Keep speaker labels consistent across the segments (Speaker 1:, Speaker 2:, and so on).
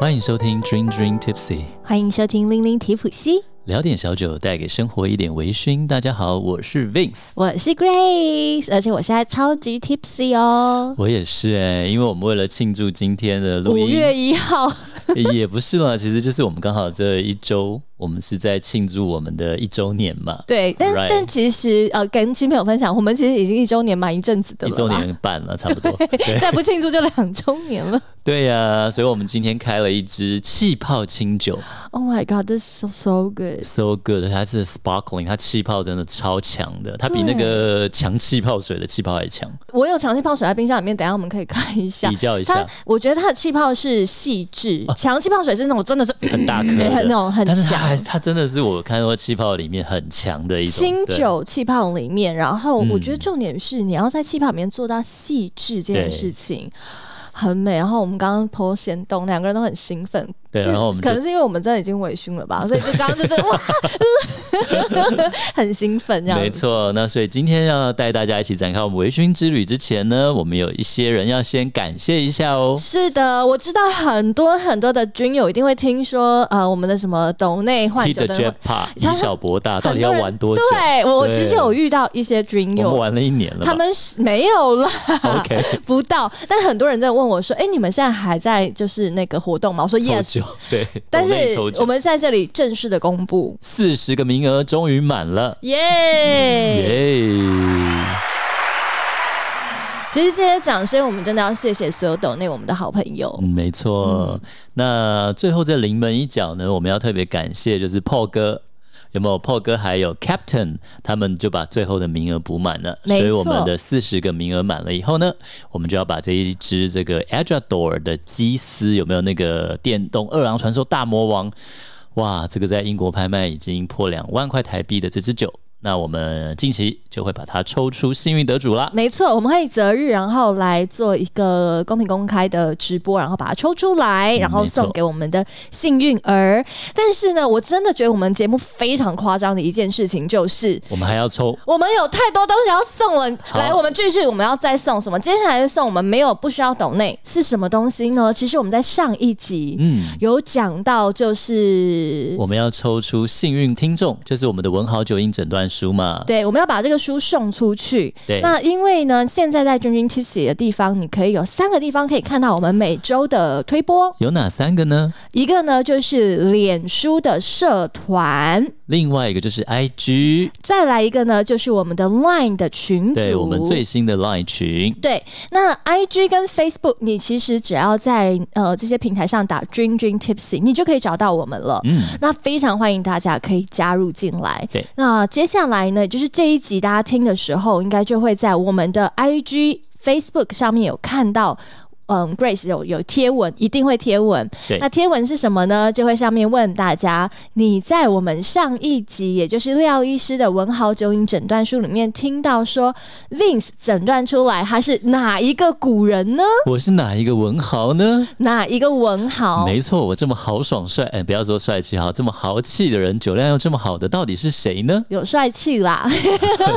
Speaker 1: 欢迎收听 Dream Dream Tipsy，
Speaker 2: 欢迎收听《零零提普西》，
Speaker 1: 聊点小酒，带给生活一点微醺。大家好，我是 Vince。
Speaker 2: 我是 Grace，而且我现在超级 tipsy 哦。
Speaker 1: 我也是哎、因为我们为了庆祝今天的录
Speaker 2: 五
Speaker 1: 音，欸
Speaker 2: 月一号，
Speaker 1: 也不是啦， 其实就是我们刚好这一周，我们是在庆祝我们的一周年嘛，
Speaker 2: 对，但
Speaker 1: Right
Speaker 2: 但其实呃，跟新朋友分享，我们其实已经一周年满一阵子的
Speaker 1: 一
Speaker 2: 了，
Speaker 1: 周， 年半了，差不多。对
Speaker 2: 再不庆祝就两周年 了。
Speaker 1: 对呀、所以我们今天开了一支气泡清酒
Speaker 2: Oh my god，this is so so good。
Speaker 1: ，so good，它是 sparkling，它气泡真的超强的，它比那
Speaker 2: 对
Speaker 1: 个强气泡水的气泡还强。
Speaker 2: 我有长气泡水在冰箱里面，等一下我们可以看一下
Speaker 1: 比。较一
Speaker 2: 它
Speaker 1: 下，，哦
Speaker 2: 我觉得它的气泡是细致，强气泡水是那种真的是
Speaker 1: 很大颗的，
Speaker 2: 很嗯那种很
Speaker 1: 但是它还是
Speaker 2: 强
Speaker 1: 它真的是我看过气泡里面很强的一种
Speaker 2: 清
Speaker 1: 对
Speaker 2: 酒气泡里面，然后我
Speaker 1: 嗯
Speaker 2: 觉得重点是你要在气泡里面做到细致这
Speaker 1: 对
Speaker 2: 件事情。很美，然后我们刚刚剖咸冻，两个人都很兴奋。
Speaker 1: 对
Speaker 2: 是
Speaker 1: 然后我们就
Speaker 2: 可能是因为我们真的已经微醺了 吧，所以就刚刚就是哇， 很兴奋这样
Speaker 1: 没
Speaker 2: 子。
Speaker 1: 错，那所以今天要带大家一起展开我们微醺之旅之前呢，我们有一些人要先感谢一下哦。
Speaker 2: 是的，我知道很多很多的军友一定会听说，呃，我们的什么斗内换
Speaker 1: Hit
Speaker 2: 酒
Speaker 1: the
Speaker 2: 的
Speaker 1: jackpot，以
Speaker 2: 他
Speaker 1: 小博大，到
Speaker 2: 很
Speaker 1: 底要
Speaker 2: 人
Speaker 1: 玩多久？
Speaker 2: 对我我
Speaker 1: 对
Speaker 2: 其实有遇到一些军
Speaker 1: 我们
Speaker 2: 友，
Speaker 1: 玩了一年了吧，
Speaker 2: 他们是没有啦
Speaker 1: OK
Speaker 2: 不到，但很多人在问我说：“哎、你们现在还在就是那个活动吗？”我说
Speaker 1: 抽
Speaker 2: ：“Yes。
Speaker 1: 酒，对，
Speaker 2: 但是
Speaker 1: 抖内抽
Speaker 2: 我
Speaker 1: 酒
Speaker 2: 们在这里正式的公布，
Speaker 1: 四十个名额终于满了，
Speaker 2: 耶、
Speaker 1: 嗯耶！
Speaker 2: 其实这些掌声，我们真的要谢谢所有抖内我们的好朋友。
Speaker 1: 嗯，没错。那最后这临门一脚呢，我们要特别感谢就是 Paul 哥。有没有 Paul 哥还有 Captain，他们就把最后的名额补满了，所
Speaker 2: 没错
Speaker 1: 以我们的四十个名额满了以后呢，我们就要把这一只这个 Adrador 的基斯有没有那个电动二郎传说大魔王，哇，这个在英国拍卖已经破两万块台币的这支酒，那我们近期就会把它抽出幸运得主啦。
Speaker 2: 没错，我们会择日，然后来做一个公平公开的直播，然后把它抽出来，然后
Speaker 1: 嗯没错
Speaker 2: 送给我们的幸运儿。但是呢，我真的觉得我们节目非常夸张的一件事情就是，
Speaker 1: 我们还要抽
Speaker 2: 我们有太多东西要送了，来，我们继续，我们要再送什么？接下来送我们没有不需要抖内是什么东西呢？其实我们在上一集
Speaker 1: 嗯
Speaker 2: 有讲到，就是。
Speaker 1: 我们要抽出幸运听众，就是我们的文豪酒印诊断书嘛。
Speaker 2: 对，我们要把这个书送出去。
Speaker 1: 对
Speaker 2: 那因为呢，现在在君君 Tipsy 的地方，你可以有三个地方可以看到我们每周的推播。
Speaker 1: 有哪三个呢？
Speaker 2: 一个呢就是脸书的社团，
Speaker 1: 另外一个就是 IG，
Speaker 2: 再来一个呢就是我们的 Line 的群组。
Speaker 1: 对我们最新的 LINE 群。
Speaker 2: 对，那 I G 跟 Facebook，你其实只要在呃这些平台上打 Dream Dream Tipsy，你就可以找到我们了。
Speaker 1: 嗯，
Speaker 2: 那非常欢迎大家可以加入进来。
Speaker 1: 对，
Speaker 2: 那接下来呢，就是这一集大家听的时候，应该就会在我们的 I G、Facebook 上面有看到。嗯，Grace 有有贴文，一定会贴文
Speaker 1: 对。
Speaker 2: 那贴文是什么呢？就会上面问大家，你在我们上一集，也就是廖医师的文豪酒饮诊断书里面听到说，Vince 诊断出来他是哪一个古人呢？
Speaker 1: 我是哪一个文豪呢？
Speaker 2: 哪一个文豪？
Speaker 1: 没错，我这么豪爽帅，哎，不要说帅气哈，这么豪气的人，酒量又这么好的，到底是谁 呢？
Speaker 2: 有帅气啦。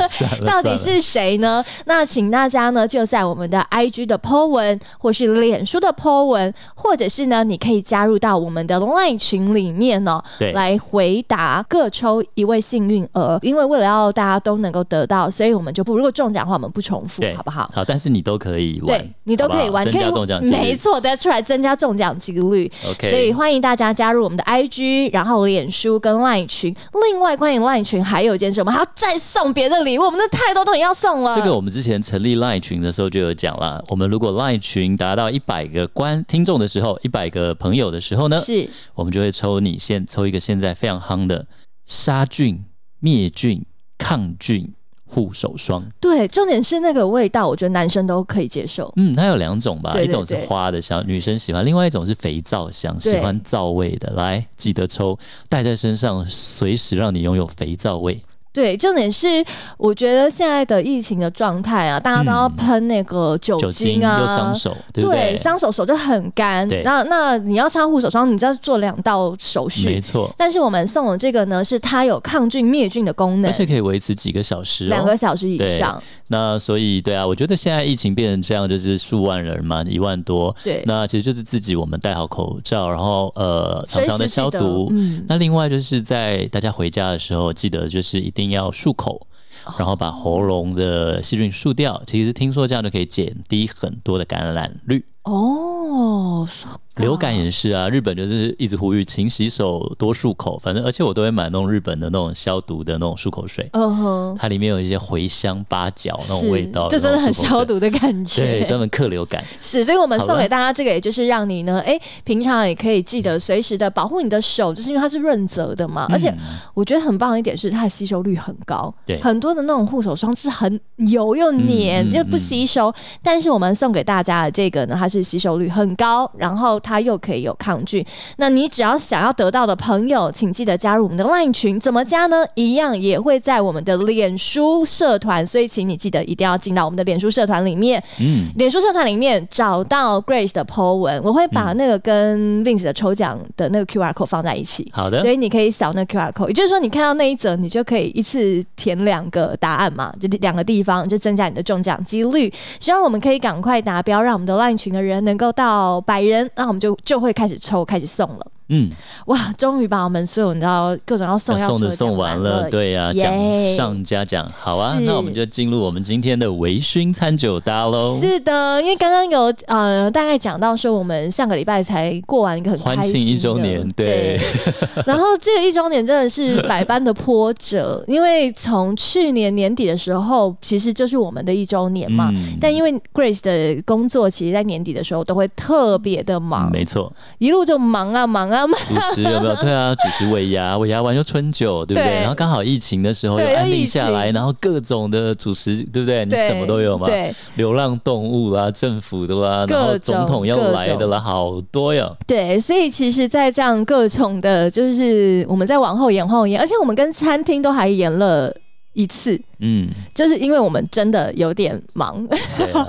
Speaker 1: 算了
Speaker 2: 到底
Speaker 1: 算了
Speaker 2: 是谁呢？那请大家呢就在我们的 IG 的 po 文，或是脸书的 po 文，或者是呢你可以加入到我们的 LINE 群里面哦，
Speaker 1: 对
Speaker 2: 来回答各抽一位幸运儿。因为为了要大家都能够得到，所以我们就不如果中奖的话，我们不重复
Speaker 1: 对，，
Speaker 2: 好不好？
Speaker 1: 好，但是你都可以玩，
Speaker 2: 对你都可以玩，
Speaker 1: 好不好增加中奖
Speaker 2: 可
Speaker 1: 几
Speaker 2: 以
Speaker 1: 率
Speaker 2: 没错，That's right，增加中奖几率。
Speaker 1: OK
Speaker 2: 所以欢迎大家加入我们的 IG，然后脸书跟 LINE 群。另外，关于 LINE 群还有一件事，我们还要再送别的礼物，我们的太多东西要送了。
Speaker 1: 这个我们之前成立 LINE 群的时候就有讲啦，我们如果 LINE 群达到一百个观听众的时候，一百个朋友的时候呢，
Speaker 2: 是
Speaker 1: 我们就会抽你现抽一个现在非常夯的杀菌、灭菌、抗菌护手霜。
Speaker 2: 对，重点是那个味道，我觉得男生都可以接受。
Speaker 1: 嗯，它有两种吧，
Speaker 2: 对对
Speaker 1: 一种是花的香，女生喜欢；另外一种是肥皂香，
Speaker 2: 对
Speaker 1: 喜欢皂味的。来，记得抽，带在身上，随时让你拥有肥皂味。
Speaker 2: 对，重点是我觉得现在的疫情的状态啊，大家都要
Speaker 1: 嗯
Speaker 2: 喷那个酒
Speaker 1: 酒
Speaker 2: 精
Speaker 1: 精
Speaker 2: 啊，
Speaker 1: 又伤手，对不对？
Speaker 2: 伤手手就很干
Speaker 1: 对。
Speaker 2: 那那你要擦护手霜，你就要做两道手
Speaker 1: 没
Speaker 2: 续。
Speaker 1: 错，
Speaker 2: 但是我们送的这个呢，是它有抗菌灭菌的功
Speaker 1: 而
Speaker 2: 能，
Speaker 1: 且可以维持几个小时、哦，
Speaker 2: 两个小时以
Speaker 1: 对
Speaker 2: 上。
Speaker 1: 那所以对啊，我觉得现在疫情变成这样，就是数万人嘛，一万多。
Speaker 2: 对，
Speaker 1: 那其实就是自己我们戴好口罩，然后呃常
Speaker 2: 随
Speaker 1: 常的
Speaker 2: 时记
Speaker 1: 消
Speaker 2: 得
Speaker 1: 毒。
Speaker 2: 嗯，
Speaker 1: 那另外就是在大家回家的时候，记得就是一定要漱口，
Speaker 2: 哦
Speaker 1: 然后把喉咙的细菌漱掉。其实听说这样就可以减低很多的感染率。
Speaker 2: 哦，so good
Speaker 1: 流感也是啊，日本就是一直呼吁勤洗手、多漱口。反正而且我都会买那种日本的那种消毒的那种漱口水，
Speaker 2: 嗯哼，
Speaker 1: 它里面有一些茴香、八角那种
Speaker 2: 是
Speaker 1: 味道，
Speaker 2: 这真的很消
Speaker 1: 毒。
Speaker 2: 毒的感
Speaker 1: 对，
Speaker 2: 觉。
Speaker 1: 专门克流感。
Speaker 2: 是，所以我们
Speaker 1: 好
Speaker 2: 送
Speaker 1: 了
Speaker 2: 给大家这个，也就是让你呢，哎、平常也可以记
Speaker 1: 嗯
Speaker 2: 得随时的保护你的手，就是因为它是润泽的嘛。而且我觉得很棒的一点是，它的吸收率很高。
Speaker 1: 对
Speaker 2: 很多的那种护手霜是很油又黏，
Speaker 1: 嗯嗯
Speaker 2: 又不吸收。但是我们送给大家的这个呢，它是吸收率很高，然后它又可以有抗菌。那你只要想要得到的朋友，请记得加入我们的 LINE 群，怎么加呢？一样也会在我们的脸书社团，所以请你记得一定要进到我们的脸书社团里面。
Speaker 1: 嗯，
Speaker 2: 脸书社团里面找到 Grace 的 po 文，我会把那个跟 Vince 的抽奖的那个 QR code 放在一起。
Speaker 1: 好的
Speaker 2: 所以你可以扫那 QR code，也就是说你看到那一则，你就可以一次填两个答案嘛，就两个地方，就增加你的中奖几率。希望我们可以赶快达标，让我们的 LINE 群的人能够到百人，那我们就就会开始抽，开始送了。
Speaker 1: 嗯，
Speaker 2: 哇，终于把我们所有你知道各种要送要
Speaker 1: 哎送
Speaker 2: 出
Speaker 1: 的
Speaker 2: 的
Speaker 1: 送
Speaker 2: 讲
Speaker 1: 完了，对呀、奖
Speaker 2: 耶
Speaker 1: 上加奖，好啊，
Speaker 2: 是
Speaker 1: 那我们就进入我们今天的微醺餐酒搭喽。
Speaker 2: 是的，因为刚刚有呃大概讲到说，我们上个礼拜才过完一个很
Speaker 1: 欢
Speaker 2: 开
Speaker 1: 庆
Speaker 2: 心
Speaker 1: 一周
Speaker 2: 的
Speaker 1: 年
Speaker 2: 对
Speaker 1: 对。
Speaker 2: 然后这个一周年真的是百般的波折，因为从去年年底的时候，其实就是我们的一周年嘛。
Speaker 1: 嗯
Speaker 2: 但因为 Grace 的工作，其实在年底的时候都会特别的忙，
Speaker 1: 嗯没错，
Speaker 2: 一路就忙啊忙啊忙，
Speaker 1: 主食有没有？对啊，主食尾牙，尾牙完就春酒，对不对？
Speaker 2: 对
Speaker 1: 然后刚好疫情的时候又
Speaker 2: 对
Speaker 1: 安
Speaker 2: 又疫
Speaker 1: 定下来，
Speaker 2: 情
Speaker 1: 然后各种的主食，对不对？你嗯
Speaker 2: 对，
Speaker 1: 什么都有嘛，
Speaker 2: 对
Speaker 1: 流浪动物啦，政府的啦，然
Speaker 2: 各
Speaker 1: 后
Speaker 2: 种
Speaker 1: 总统要
Speaker 2: 各种
Speaker 1: 来的啦，好多呀。
Speaker 2: 对，所以其实，在这样各种的，就是我们在往后延后延，而且我们跟餐厅都还延了一次。
Speaker 1: 嗯，
Speaker 2: 就是因为我们真的有点忙，
Speaker 1: 对啊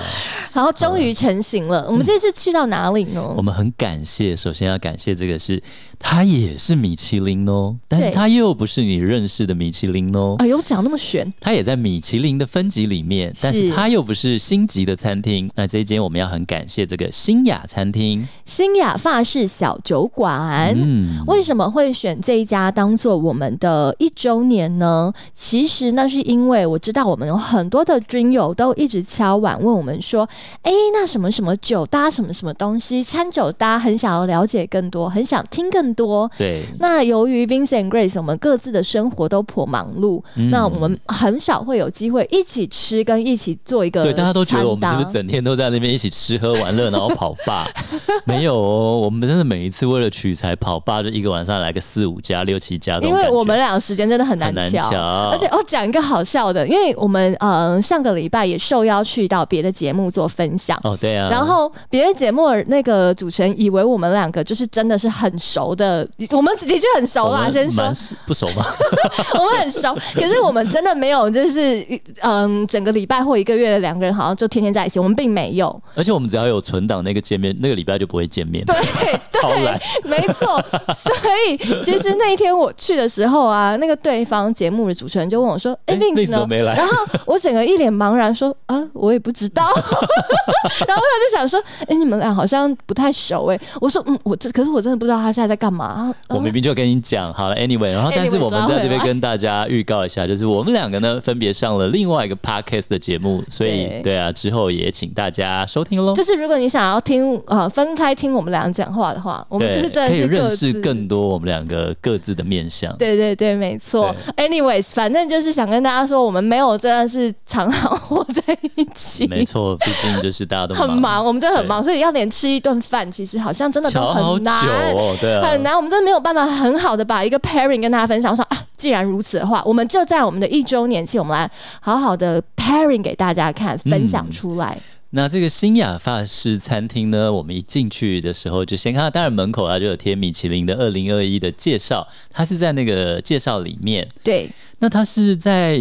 Speaker 2: 然后终于成型了。我们这次去到哪里呢？
Speaker 1: 我们很感谢，首先要感谢这个是，它也是米其林哦，但是
Speaker 2: 对
Speaker 1: 它又不是你认识的米其林哦，
Speaker 2: 哎呦，讲那么悬，
Speaker 1: 它也在米其林的分级里面，但是
Speaker 2: 是
Speaker 1: 它又不是星级的餐厅。那这一间我们要很感谢这个新雅餐厅，
Speaker 2: 新雅法式小酒馆。
Speaker 1: 嗯，
Speaker 2: 为什么会选这一家当做我们的一周年呢？其实那是因为我知道我们有很多的军友都一直敲碗问我们说：“诶，那什么什么酒搭什么什么东西，餐酒搭，很想要了解更多，很想听更多。”
Speaker 1: 对，
Speaker 2: 那由于 Vincent Grace 我们各自的生活都颇忙碌，
Speaker 1: 嗯
Speaker 2: 那我们很少会有机会一起吃跟一起做一个
Speaker 1: 对，大家都觉得我们是不
Speaker 2: 餐搭
Speaker 1: 是整天都在那边一起吃喝玩乐，然后跑吧？ 没有哦，我们真的每一次为了取材跑吧，就一个晚上来个四五家、六七家这种
Speaker 2: 因
Speaker 1: 感觉，
Speaker 2: 为我们俩时间真的很难
Speaker 1: 很难巧
Speaker 2: 而且我讲一个好笑的，因为我们嗯、呃上个礼拜也受邀去到别的节目做分享。
Speaker 1: 哦，对啊，
Speaker 2: 然后别的节目的那个主持人以为我们两个就是真的是很熟的，我们的确很熟
Speaker 1: 哦我
Speaker 2: 啦。
Speaker 1: 们
Speaker 2: 先说
Speaker 1: 蛮不熟吗？
Speaker 2: 我们很熟，可是我们真的没有，就是嗯，整个礼拜或一个月的两个人好像就天天在一起，我们并没有。
Speaker 1: 而且我们只要有存档，那个见面那个礼拜就不会见面。
Speaker 2: 对
Speaker 1: 超
Speaker 2: 对
Speaker 1: 懒，
Speaker 2: 没错。所以其实那一天我去的时候啊，那个对方节目的主持人就问我说：“哎、
Speaker 1: 诶
Speaker 2: v i n c
Speaker 1: 那怎么
Speaker 2: e 呢？”
Speaker 1: 没来
Speaker 2: 然？后我整个一脸茫然说：“啊，我也不知道。” 然后他就想说：“哎、你们俩好像不太熟哎、我说：“嗯，我这可是我真的不知道他现在在干嘛。”
Speaker 1: 我明明就跟你讲好了，anyway，然后
Speaker 2: Anyway，
Speaker 1: 但是我们在这
Speaker 2: 拉回
Speaker 1: 边
Speaker 2: 来
Speaker 1: 跟大家预告一下，就是我们两个呢分别上了另外一个 podcast 的节目，所
Speaker 2: 对
Speaker 1: 以对啊，之后也请大家收听喽
Speaker 2: 就。是如果你想要听呃分开听我们俩讲话的话，我们就是
Speaker 1: 对，
Speaker 2: 真
Speaker 1: 可
Speaker 2: 的
Speaker 1: 以
Speaker 2: 是各
Speaker 1: 认
Speaker 2: 自
Speaker 1: 识更多我们两个各自的面相。
Speaker 2: 对对对，没错。Anyways，反正就是想跟大家说，我们没有真的是常常 活在一起，
Speaker 1: 没错，毕竟就是大家都
Speaker 2: 很
Speaker 1: 忙，
Speaker 2: 忙，我们真的很忙，所以要连吃一顿饭，其实好像真的都
Speaker 1: 瞧好
Speaker 2: 很
Speaker 1: 久
Speaker 2: 难。
Speaker 1: 哦，对啊，
Speaker 2: 很难，我们真的没有办法很好的把一个 pairing 跟大家分享。我说啊，既然如此的话，我们
Speaker 1: 嗯
Speaker 2: 就在我们的一周年庆，我们来好好的 pairing 给大家看，分享出来。
Speaker 1: 那这个新雅法式餐厅呢，我们一进去的时候就先看到，当然门口啊就有贴米其林的二零二一的介绍，它是在那个介绍里面。
Speaker 2: 对，
Speaker 1: 那它是在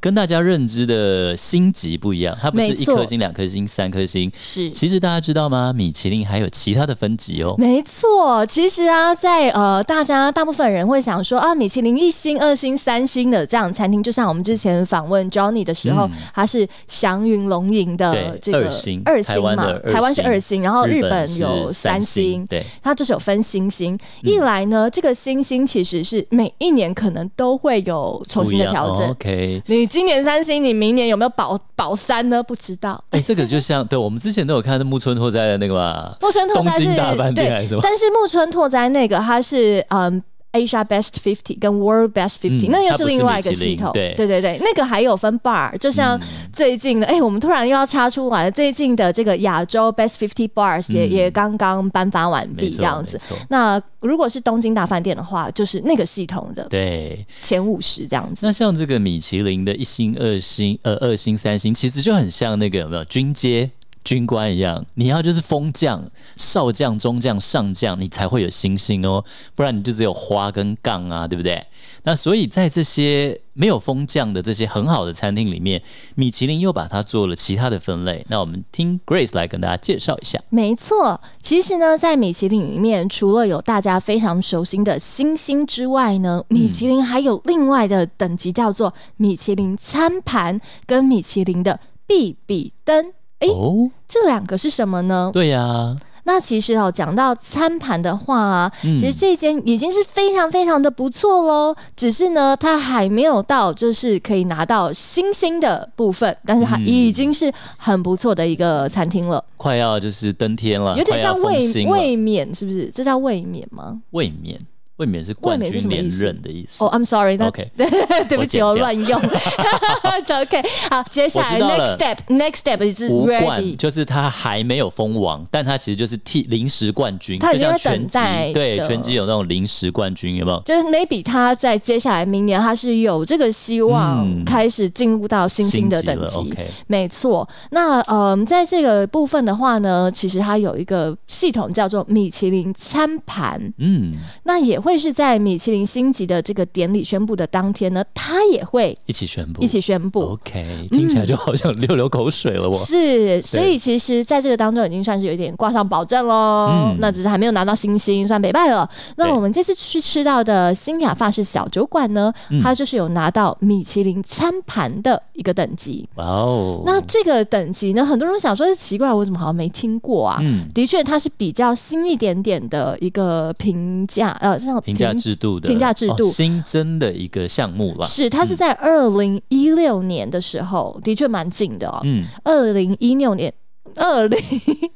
Speaker 1: 跟大家认知的星级不一样，它不是
Speaker 2: 没
Speaker 1: 一
Speaker 2: 错
Speaker 1: 颗星、两颗星、三颗星。
Speaker 2: 是
Speaker 1: 其实大家知道吗？米其林还有其他的分级哦。
Speaker 2: 没错，其实啊，在呃，大家大部分人会想说啊，米其林一星、二星、三星的这样餐厅，就像我们之前访问 Johnny 的时候，他是祥云龙营的
Speaker 1: 嗯对
Speaker 2: 这个
Speaker 1: 呃二星
Speaker 2: 二星
Speaker 1: 台湾
Speaker 2: 嘛
Speaker 1: 的，二
Speaker 2: 台湾是
Speaker 1: 星
Speaker 2: 二星，然后日本
Speaker 1: 是
Speaker 2: 有
Speaker 1: 三
Speaker 2: 星，
Speaker 1: 对，嗯
Speaker 2: 它就是有分星星。一来呢，这个星星其实是每一年可能都会有重
Speaker 1: 不一
Speaker 2: 新的
Speaker 1: 样。
Speaker 2: 调整。
Speaker 1: 哦 OK，
Speaker 2: 你今年三星，你明年有没有保保三呢？不知道。
Speaker 1: 哎、这个就像对我们之前都有看到木村拓哉的那个 嘛，
Speaker 2: 木村拓哉
Speaker 1: 东
Speaker 2: 是
Speaker 1: 京大饭店还是什
Speaker 2: 对
Speaker 1: 么，
Speaker 2: 但是木村拓哉那个他是嗯。Asia Best Fifty 跟 World Best Fifty，、
Speaker 1: 嗯
Speaker 2: 那又
Speaker 1: 它不是
Speaker 2: 另外一个
Speaker 1: 米其林
Speaker 2: 系统。
Speaker 1: 对嗯
Speaker 2: 对对对那个还有分 bar，就像最近的，哎、我们突然又要插出来了，最近的这个亚洲 Best Fifty Bars 也、
Speaker 1: 嗯
Speaker 2: 也刚刚颁发完
Speaker 1: 没
Speaker 2: 毕，
Speaker 1: 错
Speaker 2: 这样子
Speaker 1: 没。错
Speaker 2: 那如果是东京大饭店的话，就是那个系统的
Speaker 1: 对，
Speaker 2: 前五十这样子。
Speaker 1: 那像这个米其林的一星、二星、呃二星、三星，其实就很像那个有没有军阶、军官一样，你要就是封将、少将、中将、上将，你才会有星星哦，不然你就只有花跟杠啊，对不对？那所以在这些没有封将的这些很好的餐厅里面，米其林又把它做了其他的分类。那我们听 Grace 来跟大家介绍一下。
Speaker 2: 没错，其实呢，在米其林里面，除了有大家非常熟悉的星星之外呢，米其林还有另外的等级，叫做米其林餐盘跟米其林的必比登。诶
Speaker 1: 哦，
Speaker 2: 这两个是什么呢？
Speaker 1: 对啊呀、
Speaker 2: 那其实哦，讲到餐盘的话啊，其实这间已经是非常非常的不错喽。只是呢，它还没有到就是可以拿到星星的部分，但是它已经是很不错的一个餐厅了。
Speaker 1: 快要就是登天了，
Speaker 2: 有点
Speaker 1: 啊快要
Speaker 2: 像
Speaker 1: 封
Speaker 2: 卫
Speaker 1: 星了
Speaker 2: 卫冕，是不是？这叫卫冕吗？
Speaker 1: 卫冕，卫冕是冠
Speaker 2: 卫冕是
Speaker 1: 军
Speaker 2: 什么
Speaker 1: 连
Speaker 2: 意思
Speaker 1: 任的意思。
Speaker 2: 哦、i m sorry，那
Speaker 1: OK，
Speaker 2: 对不起，
Speaker 1: 我剪掉
Speaker 2: 我乱用。It's OK，好，接下
Speaker 1: 我
Speaker 2: 来
Speaker 1: 知道
Speaker 2: next
Speaker 1: 了
Speaker 2: step，next step 是
Speaker 1: 无冠
Speaker 2: ready。
Speaker 1: 就是他还没有封王，但他其实就是替临时冠军，
Speaker 2: 他
Speaker 1: 就
Speaker 2: 已经
Speaker 1: 像
Speaker 2: 在
Speaker 1: 拳
Speaker 2: 等
Speaker 1: 击
Speaker 2: 待
Speaker 1: 对
Speaker 2: 的
Speaker 1: 拳击有那种临时冠军，有没有？
Speaker 2: 就是 maybe 他在接下来明年他是有这个希望
Speaker 1: 嗯
Speaker 2: 开始进入到星星的等
Speaker 1: 了
Speaker 2: 级，
Speaker 1: ，OK，
Speaker 2: 没错。那嗯、在这个部分的话呢，其实它有一个系统叫做米其林餐盘，
Speaker 1: 嗯，
Speaker 2: 那也会是在米其林星级的这个典礼宣布的当天呢，它也会
Speaker 1: 一起宣布，
Speaker 2: 一起宣布。嗯
Speaker 1: OK，听起来就好像流流口水了，我
Speaker 2: 是，所以其实在这个当中已经算是有点挂上保证喽。
Speaker 1: 嗯
Speaker 2: 那只是还没有拿到星星，算北拜了。那
Speaker 1: 对
Speaker 2: 我们这次去吃到的新雅法式小酒馆呢，
Speaker 1: 嗯
Speaker 2: 它就是有拿到米其林餐盘的一个等级。
Speaker 1: 哇哦，
Speaker 2: 那这个等级呢，很多人想说是奇怪，我怎么好像没听过啊？
Speaker 1: 嗯，
Speaker 2: 的确，它是比较新一点点的一个评价，呃，像
Speaker 1: 评价制度的
Speaker 2: 评价制
Speaker 1: 哦
Speaker 2: 度
Speaker 1: 新增的一个项目啦，
Speaker 2: 是，它是在二零一六年的时候，的确蛮近的哦。
Speaker 1: 嗯，
Speaker 2: 二零一六年。二零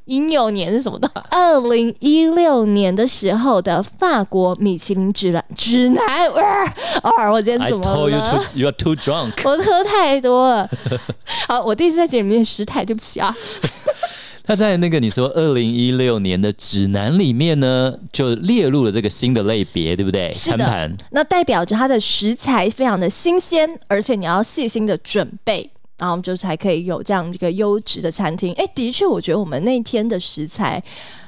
Speaker 2: 一六年是什么的？二零一六年的时候的法国米其林指南指南，哇、啊！我今天
Speaker 1: I
Speaker 2: 怎么
Speaker 1: told you
Speaker 2: 了？
Speaker 1: to you are too drunk。
Speaker 2: 我喝太多了。 好，我第一次在节目里面失态，对不起啊。
Speaker 1: 他在那个你说二零一六年的指南里面呢，就列入了这个新的类别，对不对？
Speaker 2: 是的
Speaker 1: 餐盘
Speaker 2: 那代表着它的食材非常的新鲜，而且你要细心的准备。然后就才可以有这样一个优质的餐厅。哎，的确，我觉得我们那天的食材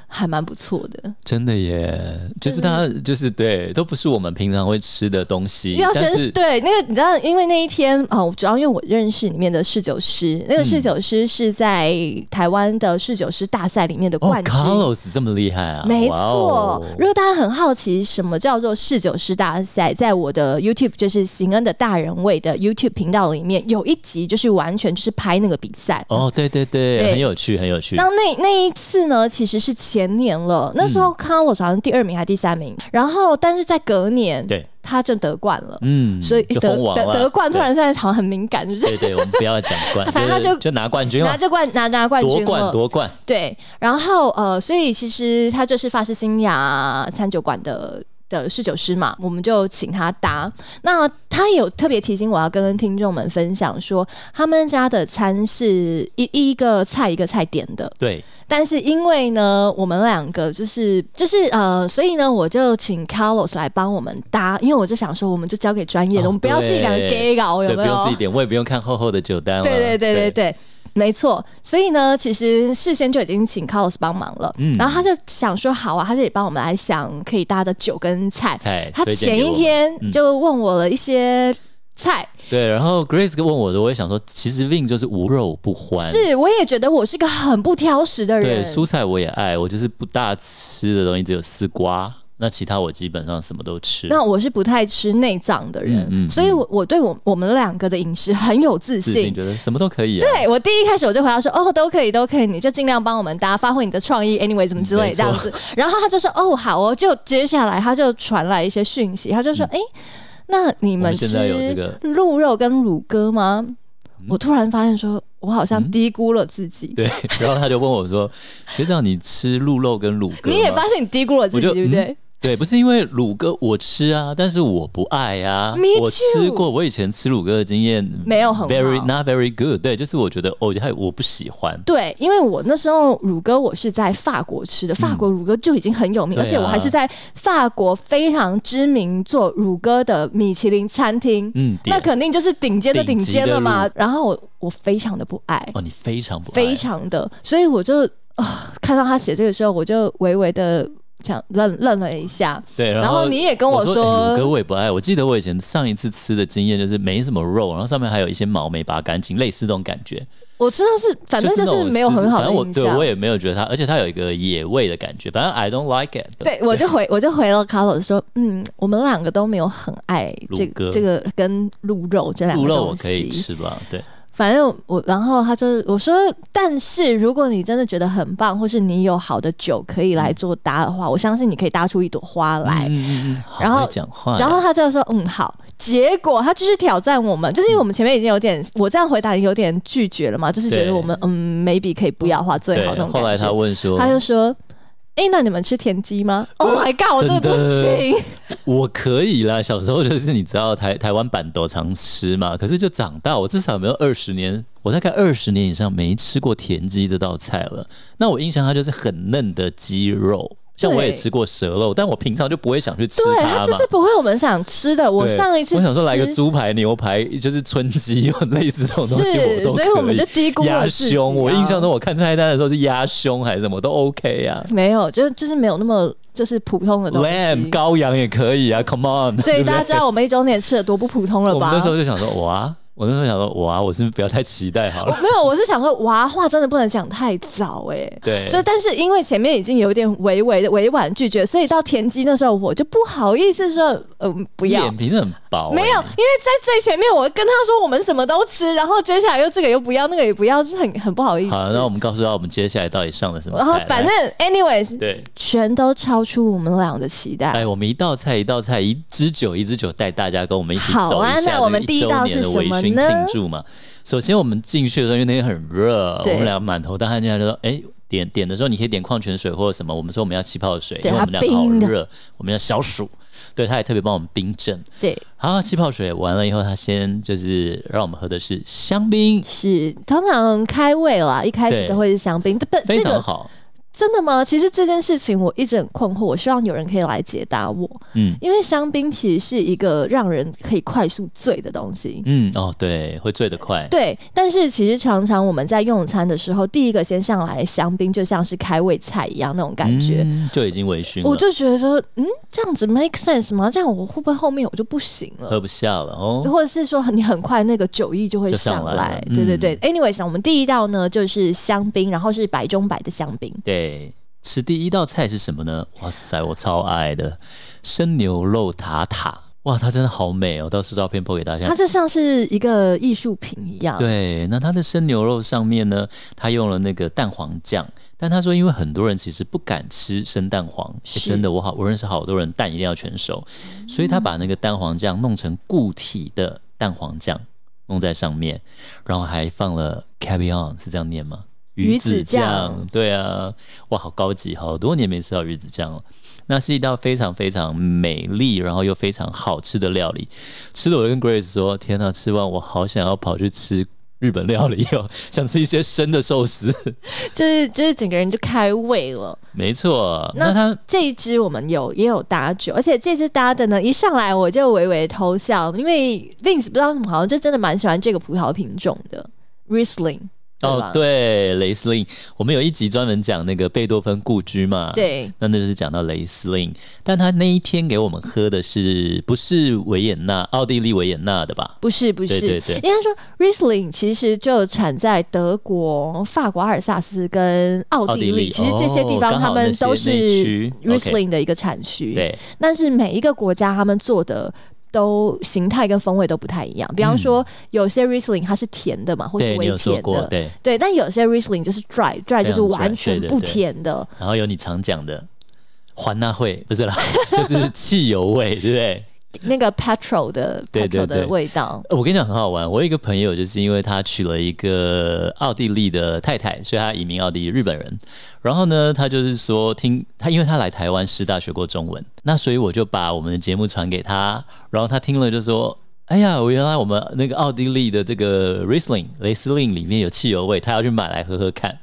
Speaker 2: 还蛮不错的。
Speaker 1: 真的耶，就是它，就是对，都不是我们平常会吃的东西。
Speaker 2: 要
Speaker 1: 但
Speaker 2: 先
Speaker 1: 是
Speaker 2: 对那个，你知道，因为那一天哦，主要因为我认识里面的侍酒师，那个
Speaker 1: 嗯
Speaker 2: 侍酒师是在台湾的侍酒师大赛里面的
Speaker 1: 哦
Speaker 2: 冠军。
Speaker 1: ，Carlos 这么厉害啊！
Speaker 2: 没
Speaker 1: 哇
Speaker 2: 错
Speaker 1: 哦，
Speaker 2: 如果大家很好奇什么叫做侍酒师大赛，在我的 YouTube 就是邢恩的大人味的 YouTube 频道里面有一集，就是完全就是拍那个比赛。
Speaker 1: 哦，对对对，
Speaker 2: 对
Speaker 1: 很有趣，很有趣
Speaker 2: 那。那那一次呢，其实是前年了，那时候
Speaker 1: 嗯
Speaker 2: Carlos 好像第二名还第三名，然后但是在隔年，
Speaker 1: 对，
Speaker 2: 他就得冠了。
Speaker 1: 嗯，
Speaker 2: 所以
Speaker 1: 就
Speaker 2: 得
Speaker 1: 封王
Speaker 2: 得
Speaker 1: 了
Speaker 2: 得冠突然现在好像很敏感，是不是？
Speaker 1: 对对对，我们不要讲冠，
Speaker 2: 反正他
Speaker 1: 就是
Speaker 2: 就
Speaker 1: 就拿冠军
Speaker 2: 拿
Speaker 1: 了，
Speaker 2: 这冠拿拿冠
Speaker 1: 夺
Speaker 2: 军
Speaker 1: 冠
Speaker 2: 了，
Speaker 1: 夺冠。
Speaker 2: 对，然后呃，所以其实他就是法式新雅餐酒馆的的侍酒师嘛，我们就请他搭。那他有特别提醒我要跟听众们分享说，他们家的餐是一一个菜一个菜点的，
Speaker 1: 对，
Speaker 2: 但是因为呢，我们两个就是就是呃，所以呢，我就请 Carlos 来帮我们搭，因为我就想说，我们就交给专业
Speaker 1: 哦
Speaker 2: 的，我们不要自己两个
Speaker 1: 对
Speaker 2: gay 搞，有
Speaker 1: 对，不
Speaker 2: 没有？
Speaker 1: 用自己点，我也不用看厚厚的酒单了。
Speaker 2: 对对对对对。没错，所以呢，其实事先就已经请 Carlos 帮忙了，
Speaker 1: 嗯
Speaker 2: 然后他就想说好啊，他就也帮我们来想可以搭的酒跟菜。
Speaker 1: 菜
Speaker 2: 他
Speaker 1: 推荐
Speaker 2: 前
Speaker 1: 给
Speaker 2: 一
Speaker 1: 我嗯
Speaker 2: 天就问我了一些菜，
Speaker 1: 对，然后 Grace 问我的，我也想说，其实 Vin 就是无肉不欢，
Speaker 2: 是我也觉得我是个很不挑食的
Speaker 1: 对
Speaker 2: 人，
Speaker 1: 蔬菜我也爱，我就是不大吃的东西只有丝瓜，那其他我基本上什么都吃。
Speaker 2: 那我是不太吃内脏的人，
Speaker 1: 嗯嗯嗯
Speaker 2: 所以我我对我我们两个的饮食很有自
Speaker 1: 自
Speaker 2: 信。
Speaker 1: 信觉得什么都可以、啊，对
Speaker 2: 对我第一开始我就回答说哦都可以都可以，你就尽量帮我们大家发挥你的创意，anyway 怎么之类
Speaker 1: 没
Speaker 2: 这
Speaker 1: 错
Speaker 2: 样子。然后他就说哦好哦，就接下来他就传来一些讯息，他就说哎、诶那你
Speaker 1: 嗯我
Speaker 2: 们
Speaker 1: 们现
Speaker 2: 吃
Speaker 1: 在有这个嗯
Speaker 2: 鹿肉跟乳鸽吗？我突然发现说我好像低估了自己，
Speaker 1: 对。 然后他就问我说：“学长，你吃鹿肉跟乳嗯鸽吗？”
Speaker 2: 你也发现你低估了自己，
Speaker 1: 我就嗯
Speaker 2: 对不对？
Speaker 1: 对，不是因为乳鸽我吃啊，但是我不爱啊。
Speaker 2: Me
Speaker 1: 我
Speaker 2: too
Speaker 1: 吃过，我以前吃乳鸽的经验
Speaker 2: 没有很好
Speaker 1: very not very good。对，就是我觉得哦，还有我不喜欢。
Speaker 2: 对，因为我那时候乳鸽我是在法国吃的，法国乳鸽就已经很有名，
Speaker 1: 嗯对啊
Speaker 2: 而且我还是在法国非常知名做乳鸽的米其林餐厅，
Speaker 1: 嗯，
Speaker 2: 那
Speaker 1: 点
Speaker 2: 肯定就是顶尖的顶尖了嘛
Speaker 1: 顶。
Speaker 2: 然后我我非常的不爱，
Speaker 1: 哦，你非常不爱
Speaker 2: 非常的，所以我就啊、看到他写这个时候，我就微微的这样愣愣了一下，
Speaker 1: 对，
Speaker 2: 然
Speaker 1: 然后
Speaker 2: 你也跟我
Speaker 1: 说，
Speaker 2: 说
Speaker 1: 哎乳鸽我也不爱。我记得我以前上一次吃的经验就是没什么肉，然后上面还有一些毛没拔干净，类似这种感觉。
Speaker 2: 我知道是，反正
Speaker 1: 就
Speaker 2: 就是
Speaker 1: 那种
Speaker 2: 没有很好
Speaker 1: 反
Speaker 2: 的
Speaker 1: 正我
Speaker 2: 印
Speaker 1: 对
Speaker 2: 象
Speaker 1: 我。也没有觉得它，而且它有一个野味的感觉。反正 I don't like it。
Speaker 2: 对，我 就回我就回了 Carlos 说，嗯，我们两个都没有很爱这
Speaker 1: 乳鸽
Speaker 2: 个这个跟鹿肉这两
Speaker 1: 鹿
Speaker 2: 个
Speaker 1: 肉我
Speaker 2: 东
Speaker 1: 可以
Speaker 2: 西。
Speaker 1: 吃吧？对，
Speaker 2: 反正我，然后他就我说，但是如果你真的觉得很棒，或是你有好的酒可以来做搭的话，我相信你可以搭出一朵花来。
Speaker 1: 嗯嗯嗯，
Speaker 2: 然
Speaker 1: 好
Speaker 2: 后
Speaker 1: 会讲话呀，
Speaker 2: 然后他就说：“嗯，好。”结果他就是挑战我们，就是因为我们前面已经有点，我这样回答有点拒绝了嘛，就是觉
Speaker 1: 对
Speaker 2: 得我们嗯，maybe 可以不要画最好那
Speaker 1: 对，
Speaker 2: 种感
Speaker 1: 后来他
Speaker 2: 觉。
Speaker 1: 问说，
Speaker 2: 他就说：“哎、那你们吃田 鸡吗？”Oh my god，我真的不行。
Speaker 1: 我可以啦，小时候就是你知道台台湾板豆常吃嘛，可是就长大，我至少有没有二十年，我大概二十年以上没吃过田鸡这道菜了。那我印象它就是很嫩的鸡肉，像我也
Speaker 2: 对
Speaker 1: 吃过蛇肉，但我平常就不会想去吃
Speaker 2: 对
Speaker 1: 它
Speaker 2: 他
Speaker 1: 嘛。
Speaker 2: 就是不会我们想吃的。我
Speaker 1: 对
Speaker 2: 上一次
Speaker 1: 我想说来个
Speaker 2: 吃
Speaker 1: 猪排、牛排，就是春鸡， 类似这种东西我
Speaker 2: 是，
Speaker 1: 都
Speaker 2: 所以我们
Speaker 1: 可
Speaker 2: 就低估
Speaker 1: 鸭
Speaker 2: 了自己、啊。
Speaker 1: 胸，我印象中我看菜单的时候是鸭胸还是什么都 OK 啊
Speaker 2: 没有，就就是没有那么就是普通的东西。
Speaker 1: ，lamb 羔羊也可以啊，Come on，
Speaker 2: 所
Speaker 1: 对
Speaker 2: 以大
Speaker 1: 不对
Speaker 2: 家知道我们一周年吃的多不普通了
Speaker 1: 我
Speaker 2: 吧
Speaker 1: 们？那时候就想说，哇，我那时候想说，哇，我是不是不要太期待好
Speaker 2: 我
Speaker 1: 了？
Speaker 2: 没有，我是想说，娃话真的不能讲太早哎、
Speaker 1: 对
Speaker 2: 所以，但是因为前面已经有一点委委的委婉拒绝，所以到田鸡那时候，我就不好意思说，嗯， 不要。
Speaker 1: 脸皮真的很薄、欸
Speaker 2: 没有，因为在最前面，我跟他说我们什么都吃，然后接下来又这个又不要，那个也不要，就是很很不好意
Speaker 1: 欸。
Speaker 2: 思。
Speaker 1: 好，那我们告诉他我们接下来到底上了什么
Speaker 2: 然
Speaker 1: 菜。
Speaker 2: 后哦反正，anyways，
Speaker 1: 来对，
Speaker 2: 全都超出我们俩的期待。
Speaker 1: 哎，我们一道菜一道菜，一支酒一支酒带大家跟我们一起
Speaker 2: 好
Speaker 1: 走一
Speaker 2: 啊
Speaker 1: 下
Speaker 2: 那
Speaker 1: 这
Speaker 2: 我
Speaker 1: 个
Speaker 2: 们
Speaker 1: 一
Speaker 2: 第一
Speaker 1: 周
Speaker 2: 道
Speaker 1: 年
Speaker 2: 是
Speaker 1: 的
Speaker 2: 什
Speaker 1: 微
Speaker 2: 么
Speaker 1: 醺
Speaker 2: 呢
Speaker 1: 庆祝嘛。首先我们进去的时候，因为那天很热，我
Speaker 2: 对
Speaker 1: 们俩满头大汗，人家就说，哎、点点的时候你可以点矿泉水或者什么，我们说我们要气泡水，因
Speaker 2: 对
Speaker 1: 为我
Speaker 2: 它
Speaker 1: 们俩好
Speaker 2: 冰的
Speaker 1: 热，我们要消暑。对，他也特别帮我们冰镇。
Speaker 2: 对，
Speaker 1: 好，气泡水完了以后，他先就是让我们喝的是香槟，
Speaker 2: 是通常开胃啦，一开始
Speaker 1: 对
Speaker 2: 都会是香槟。这本
Speaker 1: 非
Speaker 2: 这
Speaker 1: 常
Speaker 2: 个
Speaker 1: 好。
Speaker 2: 真的吗？其实这件事情我一直很困惑，我希望有人可以来解答我。
Speaker 1: 嗯
Speaker 2: 因为香槟其实是一个让人可以快速醉的东西。
Speaker 1: 嗯，哦，对，会醉得快。
Speaker 2: 对，但是其实常常我们在用餐的时候，第一个先上来的香槟，就像是开胃菜一样那种感觉。
Speaker 1: 嗯就已经微醺了，
Speaker 2: 我就觉得说，嗯，这样子 make sense 吗？这样我会不会后面我就不行了？
Speaker 1: 喝不下了哦。
Speaker 2: 或者是说，你很快那个酒意就会
Speaker 1: 就上
Speaker 2: 上
Speaker 1: 来
Speaker 2: 来
Speaker 1: 了。
Speaker 2: 对对
Speaker 1: 嗯
Speaker 2: 对。Anyways，我们第一道呢就是香槟，然后是白中白的香槟。
Speaker 1: 对，吃第一道菜是什么呢？哇塞，我超爱的生牛肉塔塔，哇，它真的好美哦！到时候照片播给大家
Speaker 2: 它。就像是一个艺术品一样。
Speaker 1: 对，那它的生牛肉上面呢，它用了那个蛋黄酱，但他说因为很多人其实不敢吃生蛋黄，诶
Speaker 2: 是
Speaker 1: 真的，我好我认识好多人蛋一定要全熟，所以他把那个蛋黄酱弄成固体的蛋黄酱弄在上面，然后还放了 caviar，是这样念吗？
Speaker 2: 鱼子酱，
Speaker 1: 对啊，哇，好高级，好多年没吃到鱼子酱了。那是一道非常非常美丽，然后又非常好吃的料理。吃的我就跟 Grace 说：“天呐，吃完我好想要跑去吃日本料理哦， 想吃一些生的寿司。
Speaker 2: 就是就是整个人就开胃了。”
Speaker 1: 没错，
Speaker 2: 那
Speaker 1: 那它
Speaker 2: 这一支我们有也有搭酒，而且这支搭的呢，一上来我就微微偷笑，因为 Vince 不知道为什么好像就真的蛮喜欢这个葡萄品种的 Riesling，对
Speaker 1: 哦
Speaker 2: 吧，？
Speaker 1: 对，雷司令，我们有一集专门讲那个贝多芬故居嘛，，
Speaker 2: 对
Speaker 1: 那那就是讲到雷司令，但他那一天给我们喝的是不是维也纳奥地利维也纳的吧？
Speaker 2: 不是不是，
Speaker 1: 对对对
Speaker 2: 应该说 Riesling 其实就产在德国、法国阿尔萨斯跟奥地利，
Speaker 1: 奥地利
Speaker 2: 其实这些地
Speaker 1: 哦
Speaker 2: 方他们
Speaker 1: 刚
Speaker 2: 都
Speaker 1: 好那些
Speaker 2: 是
Speaker 1: 内区
Speaker 2: Riesling 的一个产区。
Speaker 1: 对，
Speaker 2: 但是每一个国家他们做的都形态跟风味都不太一样。比方说，有些 Riesling 它是甜的嘛，或
Speaker 1: 嗯
Speaker 2: 是
Speaker 1: 对你
Speaker 2: 微
Speaker 1: 有说
Speaker 2: 甜
Speaker 1: 过，
Speaker 2: 的，
Speaker 1: 对，
Speaker 2: 对。但有些 Riesling 就是 dry
Speaker 1: 非常
Speaker 2: dry 就是完
Speaker 1: dry，
Speaker 2: 全
Speaker 1: 对对
Speaker 2: 不
Speaker 1: 对
Speaker 2: 甜的，
Speaker 1: 然后有你常讲的环纳会，不是啦， 就是汽油味，对不对？
Speaker 2: 那个 petrol 的
Speaker 1: 对对
Speaker 2: petrol
Speaker 1: 对
Speaker 2: 的味道。
Speaker 1: 呃我跟你讲很好玩，我有一个朋友，就是因为他娶了一个奥地利的太太，所以他移民奥地利，日本人。然后呢，他就是说听他，因为他来台湾师大学过中文，那所以我就把我们的节目传给他，然后他听了就说。哎呀，我原来我们那个奥地利的这个 Riesling 雷司令里面有汽油味，他要去买来喝喝看，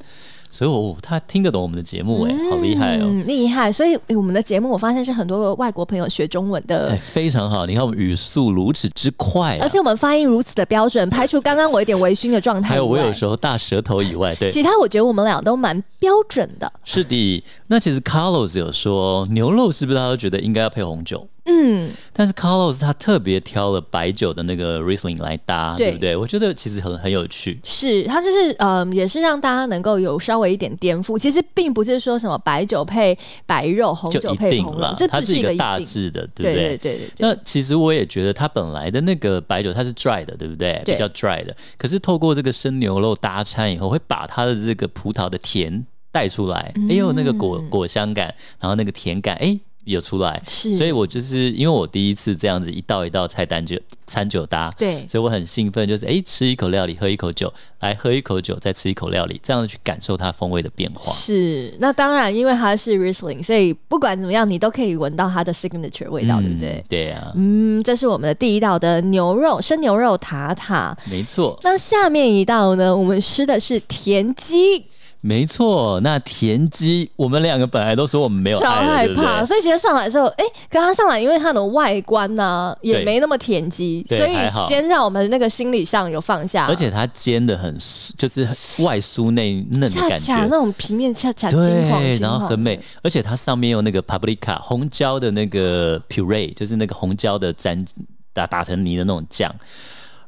Speaker 1: 所以我他听得懂我们的节目哎、好厉害哦！
Speaker 2: 嗯，厉害！所以诶我们的节目，我发现是很多个外国朋友学中文的
Speaker 1: 哎，非常好！你看我们语速如此之快、啊，
Speaker 2: 而且我们发音如此的标准，排除刚刚我有点微醺的状态。
Speaker 1: 还有我有时候大舌头以外，对，
Speaker 2: 其他我觉得我们俩都蛮标准的。
Speaker 1: 是的。那其实 Carlos 有说牛肉是不是他都觉得应该要配红酒？
Speaker 2: 嗯，
Speaker 1: 但是 Carlos 他特别挑了白酒的那个 Riesling 来搭，
Speaker 2: 对
Speaker 1: 对不对？我觉得其实很很有趣。
Speaker 2: 是，它就是嗯、也是让大家能够有稍微一点颠覆。其实并不是说什么白酒配白肉，红
Speaker 1: 就
Speaker 2: 酒
Speaker 1: 一
Speaker 2: 配
Speaker 1: 定
Speaker 2: 红肉
Speaker 1: 啦，，
Speaker 2: 这
Speaker 1: 它
Speaker 2: 不
Speaker 1: 是
Speaker 2: 一
Speaker 1: 一
Speaker 2: 个
Speaker 1: 个
Speaker 2: 一
Speaker 1: 大
Speaker 2: 定。
Speaker 1: 致的，对不
Speaker 2: 对对对对对。
Speaker 1: 那其实我也觉得它本来的那个白酒它是 dry 的，对不对？
Speaker 2: 对
Speaker 1: 比较 dry 的，可是透过这个生牛肉搭餐以后，会把它的这个葡萄的甜带出来，
Speaker 2: 嗯
Speaker 1: 也、有那个果果香感，然后那个甜感，哎、有出来。
Speaker 2: 是
Speaker 1: 所以我就是因为我第一次这样子一道一道菜单就餐酒搭，
Speaker 2: 对
Speaker 1: 所以我很兴奋，就是哎、吃一口料理，喝一口酒，来喝一口酒，再吃一口料理，这样去感受它风味的变化。
Speaker 2: 是，那当然，因为它是 Riesling，所以不管怎么样，你都可以闻到它的 signature 味道，对不对
Speaker 1: 嗯？？对啊，
Speaker 2: 嗯，这是我们的第一道的牛肉生牛肉塔塔。
Speaker 1: 没错。
Speaker 2: 那下面一道呢，我们吃的是田鸡，
Speaker 1: 没错，那田鸡，我们两个本来都说我 们没有
Speaker 2: 超
Speaker 1: 爱了，
Speaker 2: 害
Speaker 1: 对不
Speaker 2: 怕。
Speaker 1: 对？
Speaker 2: 所以其实上来之后，哎、可它上来，因为它的外观呢、也
Speaker 1: 对
Speaker 2: 没那么田鸡，
Speaker 1: 对
Speaker 2: 所以
Speaker 1: 还好
Speaker 2: 先让我们那个心理上有放下，
Speaker 1: 而且它煎的很酥，就是很外酥内嫩的
Speaker 2: 恰
Speaker 1: 感
Speaker 2: 恰
Speaker 1: 觉，
Speaker 2: 那种皮面恰恰金黄
Speaker 1: 对，
Speaker 2: 金
Speaker 1: 然后
Speaker 2: 黄，
Speaker 1: 很美，而且它上面有那个 paprika 红椒的那个 puree，就是那个红椒的沾打打成泥的那种酱，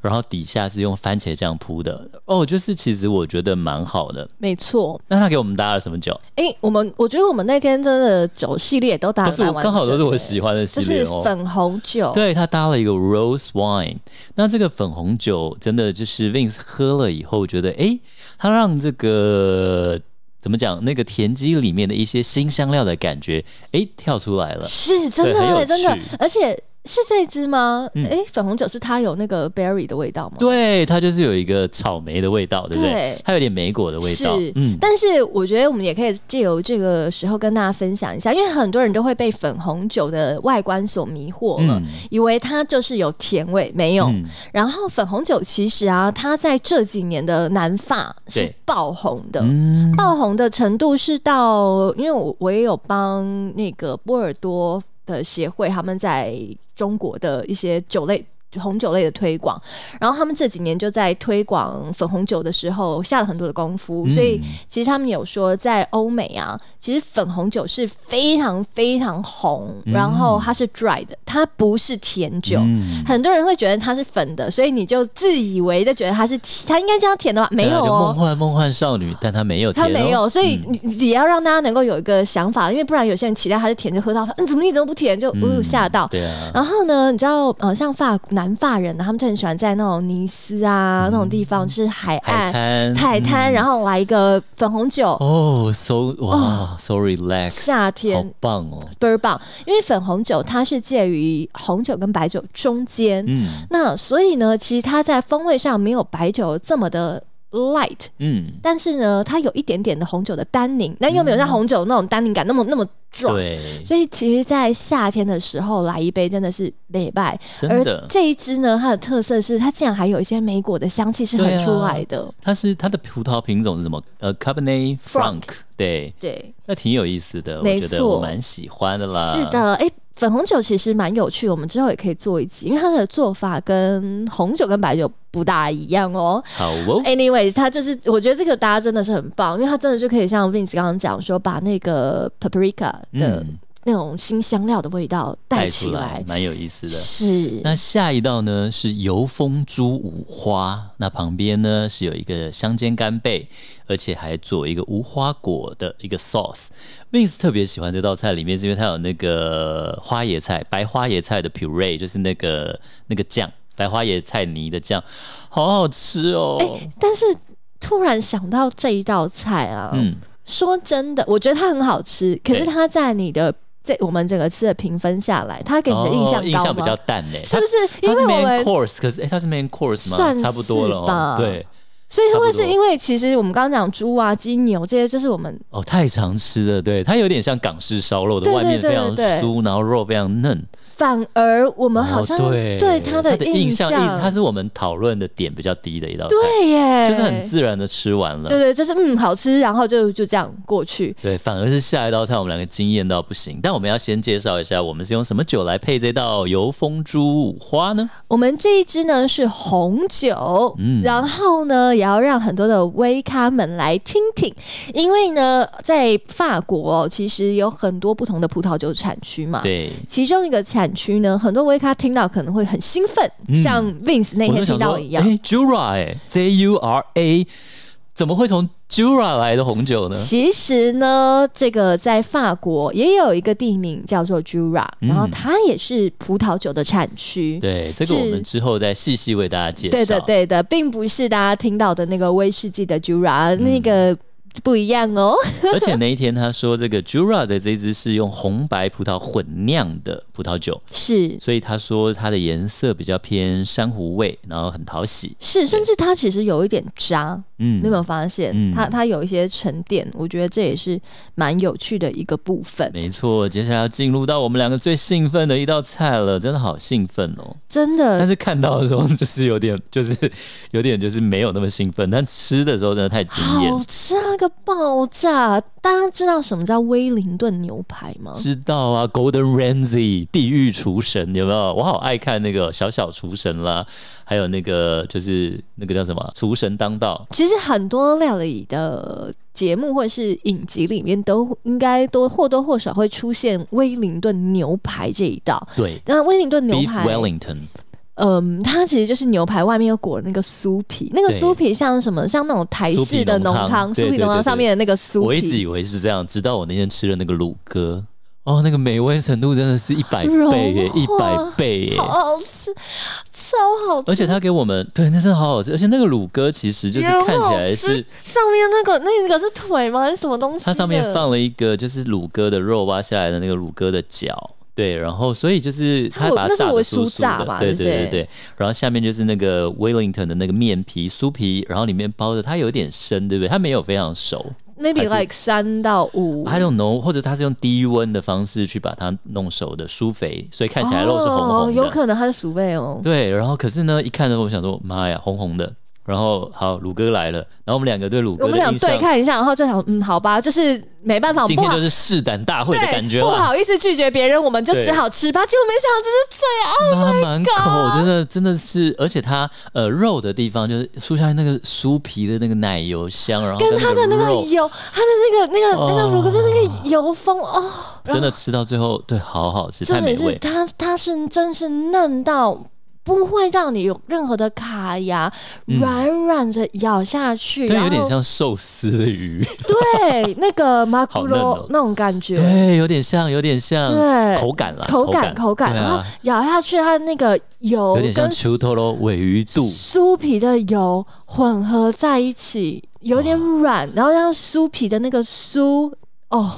Speaker 1: 然后底下是用番茄酱铺的，哦，就是其实我觉得蛮好的。
Speaker 2: 没错，
Speaker 1: 那他给我们搭了什么酒？
Speaker 2: 哎、我们我觉得我们那天真的酒系列都打
Speaker 1: 都
Speaker 2: 得
Speaker 1: 是
Speaker 2: 蛮
Speaker 1: 我
Speaker 2: 完
Speaker 1: 刚好
Speaker 2: 整
Speaker 1: 都是我
Speaker 2: 的
Speaker 1: 喜欢的系
Speaker 2: 就是
Speaker 1: 列哦，
Speaker 2: 粉红酒，
Speaker 1: 对，他搭了一个 rose wine。那这个粉红酒真的就是 Vince 喝了以后觉得，诶，它让这个怎么讲，那个田鸡里面的一些新香料的感觉，诶，跳出来了。
Speaker 2: 是真的
Speaker 1: 很有
Speaker 2: 欸，真的
Speaker 1: 趣，嗯
Speaker 2: 而且是这支吗？哎、粉红酒是它有那个 berry 的味道吗？
Speaker 1: 对，它就是有一个草莓的味道，对不对？
Speaker 2: 对
Speaker 1: 它有点莓果的味道
Speaker 2: 是，，
Speaker 1: 嗯，
Speaker 2: 但是我觉得我们也可以借由这个时候跟大家分享一下，因为很多人都会被粉红酒的外观所迷惑了，
Speaker 1: 嗯
Speaker 2: 以为它就是有甜味，没有。
Speaker 1: 嗯
Speaker 2: 然后粉红酒其实啊，它在这几年的南法是
Speaker 1: 对
Speaker 2: 爆红的。
Speaker 1: 嗯，
Speaker 2: 爆红的程度是到，因为我我也有帮那个波尔多的协会，他们在中国的一些酒类。红酒类的推广，然后他们这几年就在推广粉红酒的时候下了很多的功夫，所
Speaker 1: 嗯
Speaker 2: 以其实他们有说，在欧美啊，其实粉红酒是非常非常红，然后它是 dry 的，它不是甜酒，
Speaker 1: 嗯
Speaker 2: 很多人会觉得它是粉的，所以你就自以为的觉得它是它应该这样甜的吧？没
Speaker 1: 对啊
Speaker 2: 有
Speaker 1: 就
Speaker 2: 哦
Speaker 1: 梦，幻梦幻少女，但它没有甜、
Speaker 2: 他
Speaker 1: 哦，
Speaker 2: 没有，所以你你也要让大家能够有一个想法，因为不然有些人期待它是甜就喝到，嗯，怎么一点都不甜，就
Speaker 1: 嗯，
Speaker 2: 呜哦吓到。
Speaker 1: 对啊，
Speaker 2: 然后呢，你知道，呃，像法南法人呢，他们就很喜欢在那种尼斯啊、那种地方，就是海
Speaker 1: 嗯海
Speaker 2: 岸、
Speaker 1: 滩，
Speaker 2: 哎
Speaker 1: 嗯
Speaker 2: 海滩，然后来一个粉红酒，
Speaker 1: 哦，so
Speaker 2: 哦
Speaker 1: 哇、s o relax，
Speaker 2: 夏
Speaker 1: 好
Speaker 2: 天
Speaker 1: 棒哦，
Speaker 2: 倍儿棒。因为粉红酒它是介于红酒跟白酒中间，
Speaker 1: 嗯
Speaker 2: 那所以呢，其实它在风味上没有白酒这么的 light，
Speaker 1: 嗯，
Speaker 2: 但是呢，它有一点点的红酒的单宁，但又没有像红酒那种单宁感那么那么壮。
Speaker 1: 对，
Speaker 2: 所以其实，在夏天的时候来一杯真的是美败。
Speaker 1: 真
Speaker 2: 而
Speaker 1: 的，
Speaker 2: 这一支呢，它的特色是它竟然还有一些莓果的香气是
Speaker 1: 对
Speaker 2: 很
Speaker 1: 啊
Speaker 2: 出来的。
Speaker 1: 它是它的葡萄品种是什么？呃，Cabernet
Speaker 2: Franc
Speaker 1: Franc，对，
Speaker 2: 对，
Speaker 1: 那挺有意思的，我
Speaker 2: 没
Speaker 1: 觉得我
Speaker 2: 错
Speaker 1: 蛮喜欢的啦。
Speaker 2: 是，的，哎、粉红酒其实蛮有趣，我们之后也可以做一集，因为它的做法跟红酒跟白酒不大一样哦。
Speaker 1: 好哦，
Speaker 2: Anyways，它就是我觉得这个大家真的是很棒，因为它真的就可以像 Vince 刚刚讲说，把那个 paprika 的
Speaker 1: 嗯，
Speaker 2: 那种新香料的味道带
Speaker 1: 带
Speaker 2: 起
Speaker 1: 出
Speaker 2: 来。
Speaker 1: 蛮有意思的。
Speaker 2: 是，
Speaker 1: 那下一道呢是油封猪五花，那旁边呢是有一个香煎干贝，而且还做一个无花果的一个 sauce。Vince 特别喜欢这道菜，里面是因为它有那个花椰菜、白花椰菜的 puree，就是那个那个酱，白花椰菜泥的酱，好好吃哦。
Speaker 2: 但是突然想到这一道菜啊，
Speaker 1: 嗯，
Speaker 2: 说真的，我觉得它很好吃，可是
Speaker 1: 对
Speaker 2: 它在你的这我们整个吃的评分下来，它给你的印象
Speaker 1: 哦、印
Speaker 2: 高
Speaker 1: 象比
Speaker 2: 吗？
Speaker 1: 较淡呢、
Speaker 2: 是
Speaker 1: 它
Speaker 2: 不是
Speaker 1: 它
Speaker 2: 因
Speaker 1: 是
Speaker 2: 为我
Speaker 1: main
Speaker 2: 们，
Speaker 1: course，可是哎、它是 main course 吗？
Speaker 2: 算是
Speaker 1: 差不多了
Speaker 2: 吧
Speaker 1: 哦。对，
Speaker 2: 所以会不会
Speaker 1: 差不
Speaker 2: 是
Speaker 1: 多
Speaker 2: 因为其实我们刚刚讲猪啊、鸡、牛这些，就是我们
Speaker 1: 哦，太常吃了，对，它有点像港式烧肉的，
Speaker 2: 对
Speaker 1: 外面
Speaker 2: 对
Speaker 1: 非
Speaker 2: 对
Speaker 1: 常
Speaker 2: 对对
Speaker 1: 酥，然后肉非常嫩。
Speaker 2: 反而我们好像
Speaker 1: 哦、对
Speaker 2: 对它
Speaker 1: 它
Speaker 2: 的
Speaker 1: 印
Speaker 2: 象，
Speaker 1: 一直它是我们讨论的点比较低的一道菜，
Speaker 2: 对耶，
Speaker 1: 就是很自然的吃完了。
Speaker 2: 对对，就是嗯好吃，然后就就这样过去。
Speaker 1: 对，反而是下一道菜我们两个惊艳到不行。但我们要先介绍一下，我们是用什么酒来配这道油封猪五花呢？
Speaker 2: 我们这一支呢是红酒，
Speaker 1: 嗯
Speaker 2: 然后呢也要让很多的微咖们来听听，因为呢在法国、哦、其实有很多不同的葡萄酒产区嘛。
Speaker 1: 对，
Speaker 2: 其中一个产区呢，很多微咖听到可能会很兴奋，
Speaker 1: 嗯
Speaker 2: 像 Vince 那
Speaker 1: 我
Speaker 2: 天
Speaker 1: 就想
Speaker 2: 听
Speaker 1: 说，
Speaker 2: 到一样。
Speaker 1: 哎，Jura，哎，J U R A，怎么会从 Jura 来的红酒呢？
Speaker 2: 其实呢，这个在法国也有一个地名叫做 Jura，、
Speaker 1: 嗯
Speaker 2: 然后它也是葡萄酒的产区。
Speaker 1: 对，这个我们之后再细细为大家介绍。
Speaker 2: 对的，对的，并不是大家听到的那个威士忌的 Jura，、那
Speaker 1: 嗯
Speaker 2: 个不一样哦。
Speaker 1: 而且那一天他说，这个 Jura 的这支是用红白葡萄混酿的葡萄酒，
Speaker 2: 是
Speaker 1: 所以他说它的颜色比较偏珊瑚味，然后很讨喜。
Speaker 2: 是，甚至它其实有一点渣，
Speaker 1: 嗯
Speaker 2: 你有没有发现？
Speaker 1: 嗯
Speaker 2: 它它有一些沉淀，我觉得这也是蛮有趣的一个部分。
Speaker 1: 没错，接下来要进入到我们两个最兴奋的一道菜了，真的好兴奋哦！
Speaker 2: 真
Speaker 1: 但
Speaker 2: 的，
Speaker 1: 是看到的时候就是有点， 就是有点就是没有那么兴奋，但吃的时候真的太惊艳
Speaker 2: 好。吃啊个爆炸！大家知道什么叫威灵顿牛排吗？
Speaker 1: 知道啊，Golden Ramsy 地狱厨神有没有？我好爱看那个小小厨神啦，还有那个就是那个叫什么厨神当道，
Speaker 2: 其实很多料理的节目或是影集里面都应该都或多或少会出现威灵顿牛排这一道。
Speaker 1: 对
Speaker 2: 那威灵顿牛
Speaker 1: ，Beef
Speaker 2: 排，
Speaker 1: Wellington，
Speaker 2: 嗯，它其实就是牛排外面又裹了那个酥皮，那个
Speaker 1: 对
Speaker 2: 酥皮像什么？像那种台
Speaker 1: 酥
Speaker 2: 式
Speaker 1: 皮
Speaker 2: 的浓
Speaker 1: 浓汤
Speaker 2: 汤，
Speaker 1: 对
Speaker 2: 酥皮
Speaker 1: 对对
Speaker 2: 浓汤
Speaker 1: 对
Speaker 2: 上面的那个酥
Speaker 1: 我一直
Speaker 2: 皮，
Speaker 1: 以为是这样，直到我那天吃了那个乳鸽，哦，那个美味程度真的是一百
Speaker 2: 融
Speaker 1: 倍耶，一
Speaker 2: 化
Speaker 1: 百倍耶！
Speaker 2: 好好吃，超好吃，
Speaker 1: 而且它给我们对，那真的好好吃，而且那个乳鸽其实就是
Speaker 2: 也很
Speaker 1: 看
Speaker 2: 好
Speaker 1: 起来是
Speaker 2: 吃上面那个那个是腿吗？还是什么东西的？
Speaker 1: 它上面放了一个就是乳鸽的肉挖下来的那个乳鸽的脚。对，然后所以就是
Speaker 2: 它
Speaker 1: 它
Speaker 2: 我
Speaker 1: 把
Speaker 2: 那
Speaker 1: 它
Speaker 2: 是
Speaker 1: 炸
Speaker 2: 我
Speaker 1: 的酥
Speaker 2: 酥炸
Speaker 1: 酥
Speaker 2: 吧
Speaker 1: 的，对
Speaker 2: 对不
Speaker 1: 对对
Speaker 2: 对
Speaker 1: 对。然后下面就是那个 Wellington 的那个面皮酥皮，然后里面包的它有点生，对不对？它没有非常熟。
Speaker 2: maybe
Speaker 1: 还是
Speaker 2: like 三到五，
Speaker 1: I don't know，或者它是用低温的方式去把它弄熟的酥肥，所以看起来肉是红
Speaker 2: 哦，
Speaker 1: 红的。
Speaker 2: 有可能它是鼠辈哦。
Speaker 1: 对，然后可是呢，一看呢，我想说，妈呀，红红的。然后好，鲁哥来了，然后我们两个对鲁
Speaker 2: 我
Speaker 1: 哥
Speaker 2: 们
Speaker 1: 的
Speaker 2: 俩
Speaker 1: 印象
Speaker 2: 对，看一下，然后就想，嗯，好吧，就是没办法，
Speaker 1: 今
Speaker 2: 不
Speaker 1: 天
Speaker 2: 好
Speaker 1: 就是试胆大会的感觉
Speaker 2: 不
Speaker 1: 啦。
Speaker 2: 好意思拒绝别人，我们就
Speaker 1: 对
Speaker 2: 只好吃吧。结果没想到这是最爱。
Speaker 1: 妈满口真的真的是，而且它呃肉的地方就是酥下面那个酥皮的那个奶油香，然后
Speaker 2: 跟它的那个
Speaker 1: 肉哦
Speaker 2: 油，它的那个那个那个乳鸽的那个油风哦，
Speaker 1: 真的吃到最后，对，好好吃，太
Speaker 2: 重
Speaker 1: 美
Speaker 2: 点是
Speaker 1: 味。
Speaker 2: 它它是真是嫩到不会让你有任何的卡牙，软软的咬下
Speaker 1: 嗯
Speaker 2: 去，
Speaker 1: 对，
Speaker 2: 然
Speaker 1: 有点
Speaker 2: 后
Speaker 1: 像寿司的鱼，
Speaker 2: 对那个马古
Speaker 1: 好嫩
Speaker 2: 罗
Speaker 1: 哦
Speaker 2: 那种感觉。
Speaker 1: 对，有点像，有点像
Speaker 2: 对
Speaker 1: 口感啦，
Speaker 2: 口感口感，
Speaker 1: 对
Speaker 2: 然后
Speaker 1: 啊，
Speaker 2: 咬下去，它那个油
Speaker 1: 有点像
Speaker 2: 跟
Speaker 1: 秋头咯尾鱼肚，
Speaker 2: 酥皮的油混合在一起，有点软，然后让酥皮的那个酥，哦，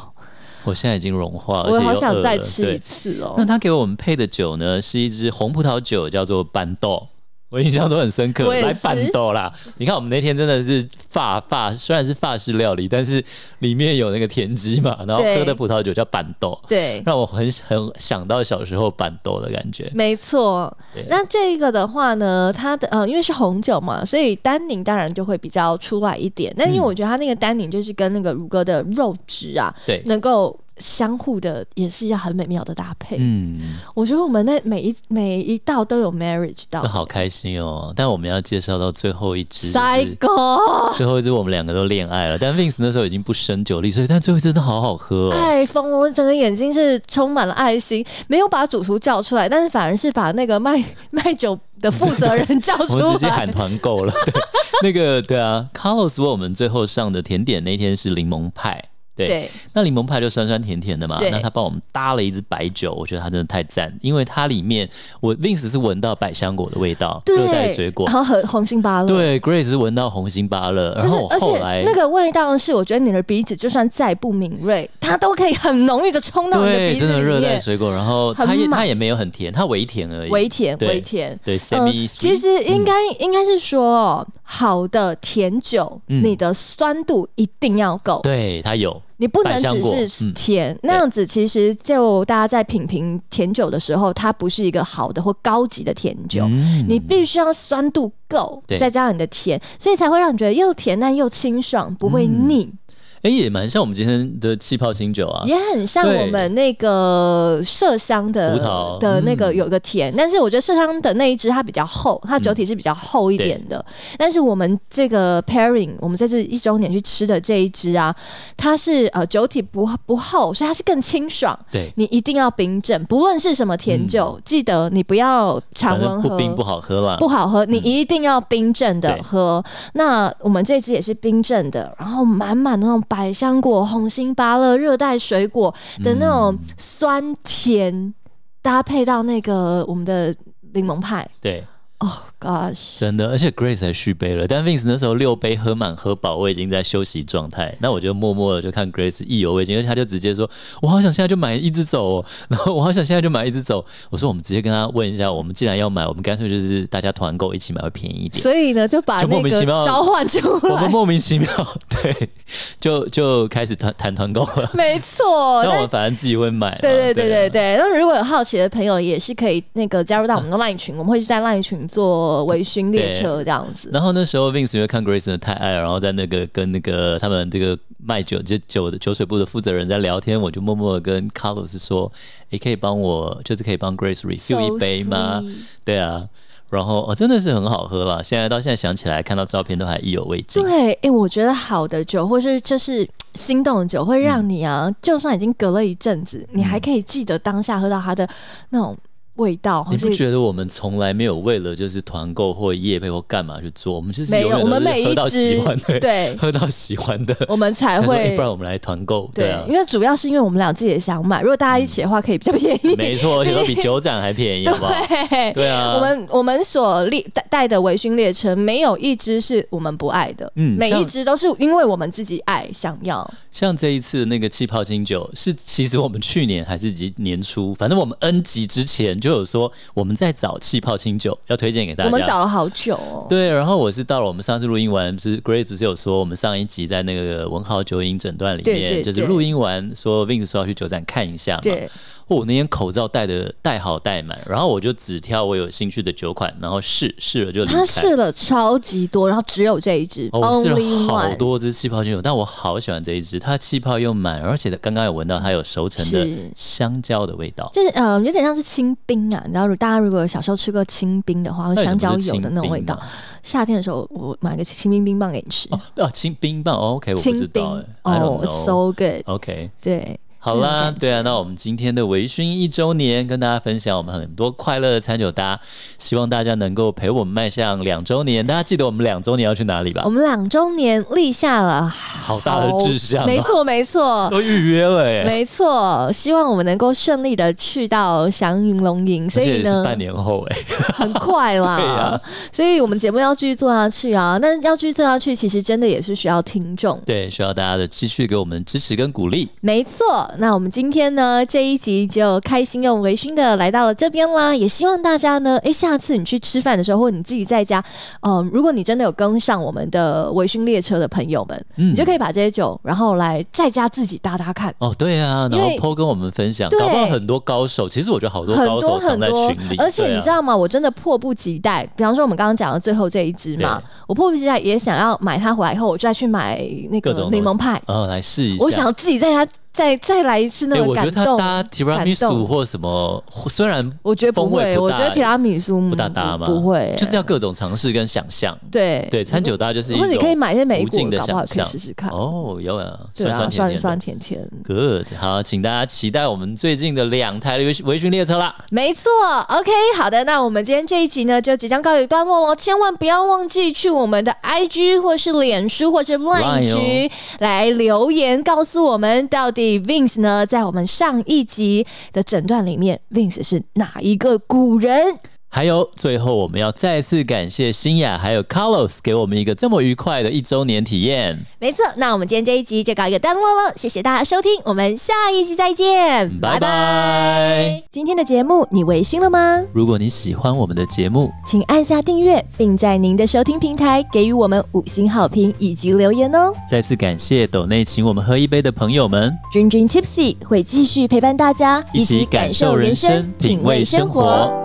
Speaker 1: 我现在已经融化了，而
Speaker 2: 我
Speaker 1: 且
Speaker 2: 好
Speaker 1: 又饿
Speaker 2: 想再
Speaker 1: 了
Speaker 2: 吃一
Speaker 1: 对
Speaker 2: 次哦
Speaker 1: 那。他给我们配的酒呢，是一支红葡萄酒，叫做板豆。我印象都很深刻
Speaker 2: 我，也是
Speaker 1: 来板豆啦！你看我们那天真的是法法，虽然是法式料理，但是里面有那个田鸡嘛，然后
Speaker 2: 对
Speaker 1: 喝的葡萄酒叫板豆，
Speaker 2: 对，
Speaker 1: 让我很很想到小时候板豆的感觉。
Speaker 2: 没错
Speaker 1: 对。
Speaker 2: 那这个的话呢，它的呃，因为是红酒嘛，所以单宁当然就会比较出来一点。那因为我觉得它那个单宁就是跟那个乳鸽的肉质啊，
Speaker 1: 对
Speaker 2: 能够相互的也是要很美妙的搭配。
Speaker 1: 嗯，
Speaker 2: 我觉得我们那每一每一道都有 marriage 到
Speaker 1: 那好开心哦！但我们要介绍到最后一支，就是
Speaker 2: ，psycho
Speaker 1: 最后一支我们两个都恋爱了，但 Vince 那时候已经不胜酒力，所以但最后一支真的好好喝哦。
Speaker 2: 爱疯了，我整个眼睛是充满了爱心，没有把主厨叫出来，但是反而是把那个卖 卖酒的负责人叫
Speaker 1: 我
Speaker 2: 出
Speaker 1: 们直接
Speaker 2: 来
Speaker 1: 喊。团购了。 对，那个对啊，Carlos 为我们最后上的甜点那天是柠檬派，对，
Speaker 2: 对，
Speaker 1: 那柠檬派就酸酸甜甜的嘛，
Speaker 2: 对
Speaker 1: 那他帮我们搭了一支白酒，我觉得他真的太赞，因为它里面我 Vince 是闻到百香果的味道，
Speaker 2: 对，
Speaker 1: 热带水果
Speaker 2: 然。后和红心芭乐，，
Speaker 1: 对，Grace 是闻到红心芭乐，
Speaker 2: 就
Speaker 1: 然
Speaker 2: 是
Speaker 1: 后我
Speaker 2: 而
Speaker 1: 后
Speaker 2: 且
Speaker 1: 来
Speaker 2: 那个味道是，我觉得你的鼻子就算再不敏锐，它都可以很浓郁的冲到你的
Speaker 1: 对，
Speaker 2: 鼻子
Speaker 1: 真的
Speaker 2: 里
Speaker 1: 热带
Speaker 2: 面，
Speaker 1: 水果，然后
Speaker 2: 很
Speaker 1: 它也
Speaker 2: 满
Speaker 1: 它也没有很甜，它微甜而已，
Speaker 2: 微甜
Speaker 1: 对
Speaker 2: 微甜。
Speaker 1: 对
Speaker 2: 嗯，
Speaker 1: semi sweet，
Speaker 2: 其实应该、应该是说哦，好的甜酒，
Speaker 1: 嗯
Speaker 2: 你的酸度一定要够，
Speaker 1: 对它有，
Speaker 2: 你不
Speaker 1: 百
Speaker 2: 能
Speaker 1: 香果
Speaker 2: 只是
Speaker 1: 嗯
Speaker 2: 甜，那样子其实就大家在品评甜酒的时候，它不是一个好的或高级的甜酒。
Speaker 1: 嗯
Speaker 2: 你必须要酸度够
Speaker 1: 对，
Speaker 2: 再加上你的甜，所以才会让你觉得又甜但又清爽，不会腻，
Speaker 1: 哎也蛮像我们今天的气泡清酒啊，
Speaker 2: 也很像
Speaker 1: 对
Speaker 2: 我们那个麝香的
Speaker 1: 葡萄
Speaker 2: 的那个
Speaker 1: 嗯
Speaker 2: 有一个甜，但是我觉得麝香的那一支它比较厚，它酒体是比较厚一点的，但是我们这个 pairing，我们这次一周年去吃的这一支啊，它是呃酒体不不厚，所以它是更清爽。
Speaker 1: 对，
Speaker 2: 你一定要冰镇，不论是什么甜酒，记得你不要
Speaker 1: 嗯
Speaker 2: 常
Speaker 1: 反正
Speaker 2: 温喝，
Speaker 1: 不冰不好喝啦，
Speaker 2: 不好喝，你一定要冰镇的
Speaker 1: 嗯对
Speaker 2: 喝。那我们这支也是冰镇的，然后满满的那种百香果、红心芭乐、热带水果的那
Speaker 1: 嗯
Speaker 2: 种酸甜，搭配到那个我们的柠檬派。
Speaker 1: 对，
Speaker 2: 哦、gosh，
Speaker 1: 真的，而且 Grace 还续杯了，但 Vince 那时候六杯喝满喝饱，我已经在休息状态，那我就默默的就看 Grace 意犹未尽，而且他就直接说：“我好想现在就买一只走、哦， 然后我好想现在就买一只走。”我说：“我们直接跟他问一下，我们既然要买，我们干脆就是大家团购一起买会便宜一点。”
Speaker 2: 所以呢，就把
Speaker 1: 就莫
Speaker 2: 那
Speaker 1: 名其
Speaker 2: 个
Speaker 1: 妙
Speaker 2: 召唤出
Speaker 1: 我们
Speaker 2: 来，
Speaker 1: 莫名其妙对，就就开始谈谈团购了。
Speaker 2: 没错。
Speaker 1: 那我
Speaker 2: 但
Speaker 1: 们反正自己会买嘛。
Speaker 2: 哦对对对对
Speaker 1: 啊
Speaker 2: 对，那如果有好奇的朋友，也是可以那个加入到我们的 LINE 群，我们会在 LINE 群做微醺列车这样子。
Speaker 1: 然后那时候 Vince 因为看 Grace 的太爱了，然后在那个跟那个他们这个卖酒就酒的酒水部的负责人在聊天，我就默默的跟 Carlos 说：“你可以帮我，就是可以帮 Grace refill 一杯吗
Speaker 2: So sweet？”
Speaker 1: 对啊，然后哦，真的是很好喝啦，现在到现在想起来，看到照片都还意犹未尽。
Speaker 2: 对，哎、我觉得好的酒，或是就是心动的酒，会
Speaker 1: 嗯
Speaker 2: 让你啊，就算已经隔了一阵子，你还可以记得当下喝到它的那种味道，
Speaker 1: 你
Speaker 2: 或
Speaker 1: 不
Speaker 2: 是
Speaker 1: 觉得我们从来没有为了就是团购或夜配或干嘛去做？我们就是
Speaker 2: 没
Speaker 1: 永
Speaker 2: 有，
Speaker 1: 远
Speaker 2: 我们
Speaker 1: 都是
Speaker 2: 每
Speaker 1: 喝
Speaker 2: 一
Speaker 1: 到喜
Speaker 2: 支
Speaker 1: 欢的，
Speaker 2: 对，
Speaker 1: 喝到喜欢的，
Speaker 2: 我们才
Speaker 1: 才说哎
Speaker 2: 会
Speaker 1: 不然我们来团购，对
Speaker 2: 对
Speaker 1: 啊，嗯
Speaker 2: 因为主要是因为我们俩自己也想买，如果大家一起的话，可以比较便宜。
Speaker 1: 没错，而且都比酒展还便宜，好不好？
Speaker 2: 对，
Speaker 1: 对啊，
Speaker 2: 我们我们所列带带的微醺列车，没有一支是我们不爱的，
Speaker 1: 嗯
Speaker 2: 每一
Speaker 1: 像
Speaker 2: 支都是因为我们自己爱想要。
Speaker 1: 像这一次的那个气泡清酒，是其实我们去年还是几年初，反正我们 N 级之前就有说我们在找气泡清酒要推荐给大家。
Speaker 2: 我们找了好久、哦，
Speaker 1: 对，然后我是到了我们上次录音完，不是 Grace 不是有说我们上一集在那个文豪酒瘾诊断里面，
Speaker 2: 对对
Speaker 1: 就是
Speaker 2: 对
Speaker 1: 录音完说 Vince 说要去酒展看一下嘛。
Speaker 2: 对
Speaker 1: 哦我那天口罩戴的戴好戴满，然后我就只挑我有兴趣的酒款，然后试试了就离开。
Speaker 2: 他试了超级多，然后只有这一支、
Speaker 1: 哦，我试
Speaker 2: o n l
Speaker 1: 了
Speaker 2: y
Speaker 1: 好
Speaker 2: One。
Speaker 1: 多支气泡精油，但我好喜欢这一支，它气泡又满，而且刚刚有闻到它有熟成的
Speaker 2: 是
Speaker 1: 香蕉的味道。
Speaker 2: 就是呃，有点像是清冰啊，你知道，如果大家如果小时候吃过清冰的话，或
Speaker 1: 那
Speaker 2: 香蕉
Speaker 1: 有什么
Speaker 2: 油
Speaker 1: 是
Speaker 2: 的那种
Speaker 1: 清
Speaker 2: 味
Speaker 1: 冰啊
Speaker 2: 道
Speaker 1: 吗。
Speaker 2: 夏天的时候，我买个清冰冰棒给你吃，
Speaker 1: 哦，对啊，清冰棒、哦、，OK，我不知
Speaker 2: 清冰
Speaker 1: 道哎、I don't
Speaker 2: 哦
Speaker 1: know
Speaker 2: ，so good，
Speaker 1: OK，
Speaker 2: 对，
Speaker 1: 好啦，
Speaker 2: 感觉
Speaker 1: 对啊，那我们今天的微醺一周年跟大家分享我们很多快乐的餐酒搭，希望大家能够陪我们迈向两周年。大家记得我们两周年要去哪里吧
Speaker 2: 我？们两周年立下了
Speaker 1: 好大的志向啊
Speaker 2: 没错 没错
Speaker 1: 都预约了哎、
Speaker 2: 没错，希望我们能够顺利的去到祥云龙吟，所
Speaker 1: 而且
Speaker 2: 以
Speaker 1: 也是
Speaker 2: 呢，
Speaker 1: 半年后哎、
Speaker 2: 很快 啦，
Speaker 1: 对啊
Speaker 2: 所以我们节目要继续做下去啊。但要继续做下去，其实真的也是需要听众。
Speaker 1: 对，需要大家的继续给我们支持跟鼓励。
Speaker 2: 没错，那我们今天呢这一集就开心又微醺的来到了这边啦，也希望大家呢，诶，下次你去吃饭的时候，或你自己在家，嗯、如果你真的有跟上我们的微醺列车的朋友们，
Speaker 1: 嗯
Speaker 2: 你就可以把这些酒，然后来在家自己搭搭看。
Speaker 1: 哦，对啊，然后
Speaker 2: 因为
Speaker 1: PO 跟我们分享，
Speaker 2: 对
Speaker 1: 搞不好很多高手，其实我觉得好多
Speaker 2: 很
Speaker 1: 高
Speaker 2: 多
Speaker 1: 手藏
Speaker 2: 很
Speaker 1: 在
Speaker 2: 多
Speaker 1: 群里，，
Speaker 2: 而且
Speaker 1: 对
Speaker 2: 你
Speaker 1: 啊
Speaker 2: 知道吗？我真的迫不及待。比方说，我们刚刚讲的最后这一支嘛
Speaker 1: 对，
Speaker 2: 我迫不及待也想要买它回来以后，我就再去买那个
Speaker 1: 各种东西
Speaker 2: 柠檬派。
Speaker 1: 哦，来试一下，
Speaker 2: 我想要自己在家再再来一次那
Speaker 1: 哎、
Speaker 2: 个
Speaker 1: 我觉
Speaker 2: 感
Speaker 1: 得他
Speaker 2: 动。
Speaker 1: 搭提拉米
Speaker 2: 感
Speaker 1: 苏
Speaker 2: 动
Speaker 1: 或什么，虽然
Speaker 2: 我觉得不
Speaker 1: 风味
Speaker 2: 会，
Speaker 1: 不
Speaker 2: 我
Speaker 1: 大
Speaker 2: 觉得提拉米苏
Speaker 1: 不
Speaker 2: 不
Speaker 1: 大搭嘛，
Speaker 2: 不会，
Speaker 1: 就是要各种尝试跟想象。
Speaker 2: 对
Speaker 1: 对，餐酒搭就是一
Speaker 2: 或
Speaker 1: 种
Speaker 2: 者你可以买一些莓
Speaker 1: 无
Speaker 2: 果
Speaker 1: 尽，的
Speaker 2: 搞不好
Speaker 1: 想
Speaker 2: 可以
Speaker 1: 象
Speaker 2: 试试看。
Speaker 1: 哦，有啊，
Speaker 2: 对啊，
Speaker 1: 酸甜
Speaker 2: 酸
Speaker 1: 甜
Speaker 2: 酸
Speaker 1: 的。
Speaker 2: 甜甜，
Speaker 1: Good，好，请大家期待我们最近的两台的微微醺列车啦。
Speaker 2: 没错。OK，好的，那我们今天这一集呢就即将告一段落喽，千万不要忘记去我们的 IG 或是脸书或是 LINE
Speaker 1: Line 哦
Speaker 2: 群来留言，告诉我们到底 Vince 呢在我们上一集的诊断里面，Vince 是哪一个古人？
Speaker 1: 还有，最后我们要再次感谢新雅还有 Carlos 给我们一个这么愉快的一周年体验。
Speaker 2: 没错，那我们今天这一集就告一个段落喽，谢谢大家收听，我们下一集再见，
Speaker 1: 拜拜！
Speaker 2: 今天的节目你微醺了吗？
Speaker 1: 如果你喜欢我们的节目，
Speaker 2: 请按下订阅，并在您的收听平台给予我们五星好评以及留言哦。
Speaker 1: 再次感谢斗内请我们喝一杯的朋友们，
Speaker 2: 君君 Tipsy 会继续陪伴大家，
Speaker 1: 一起感受人生，品味生活。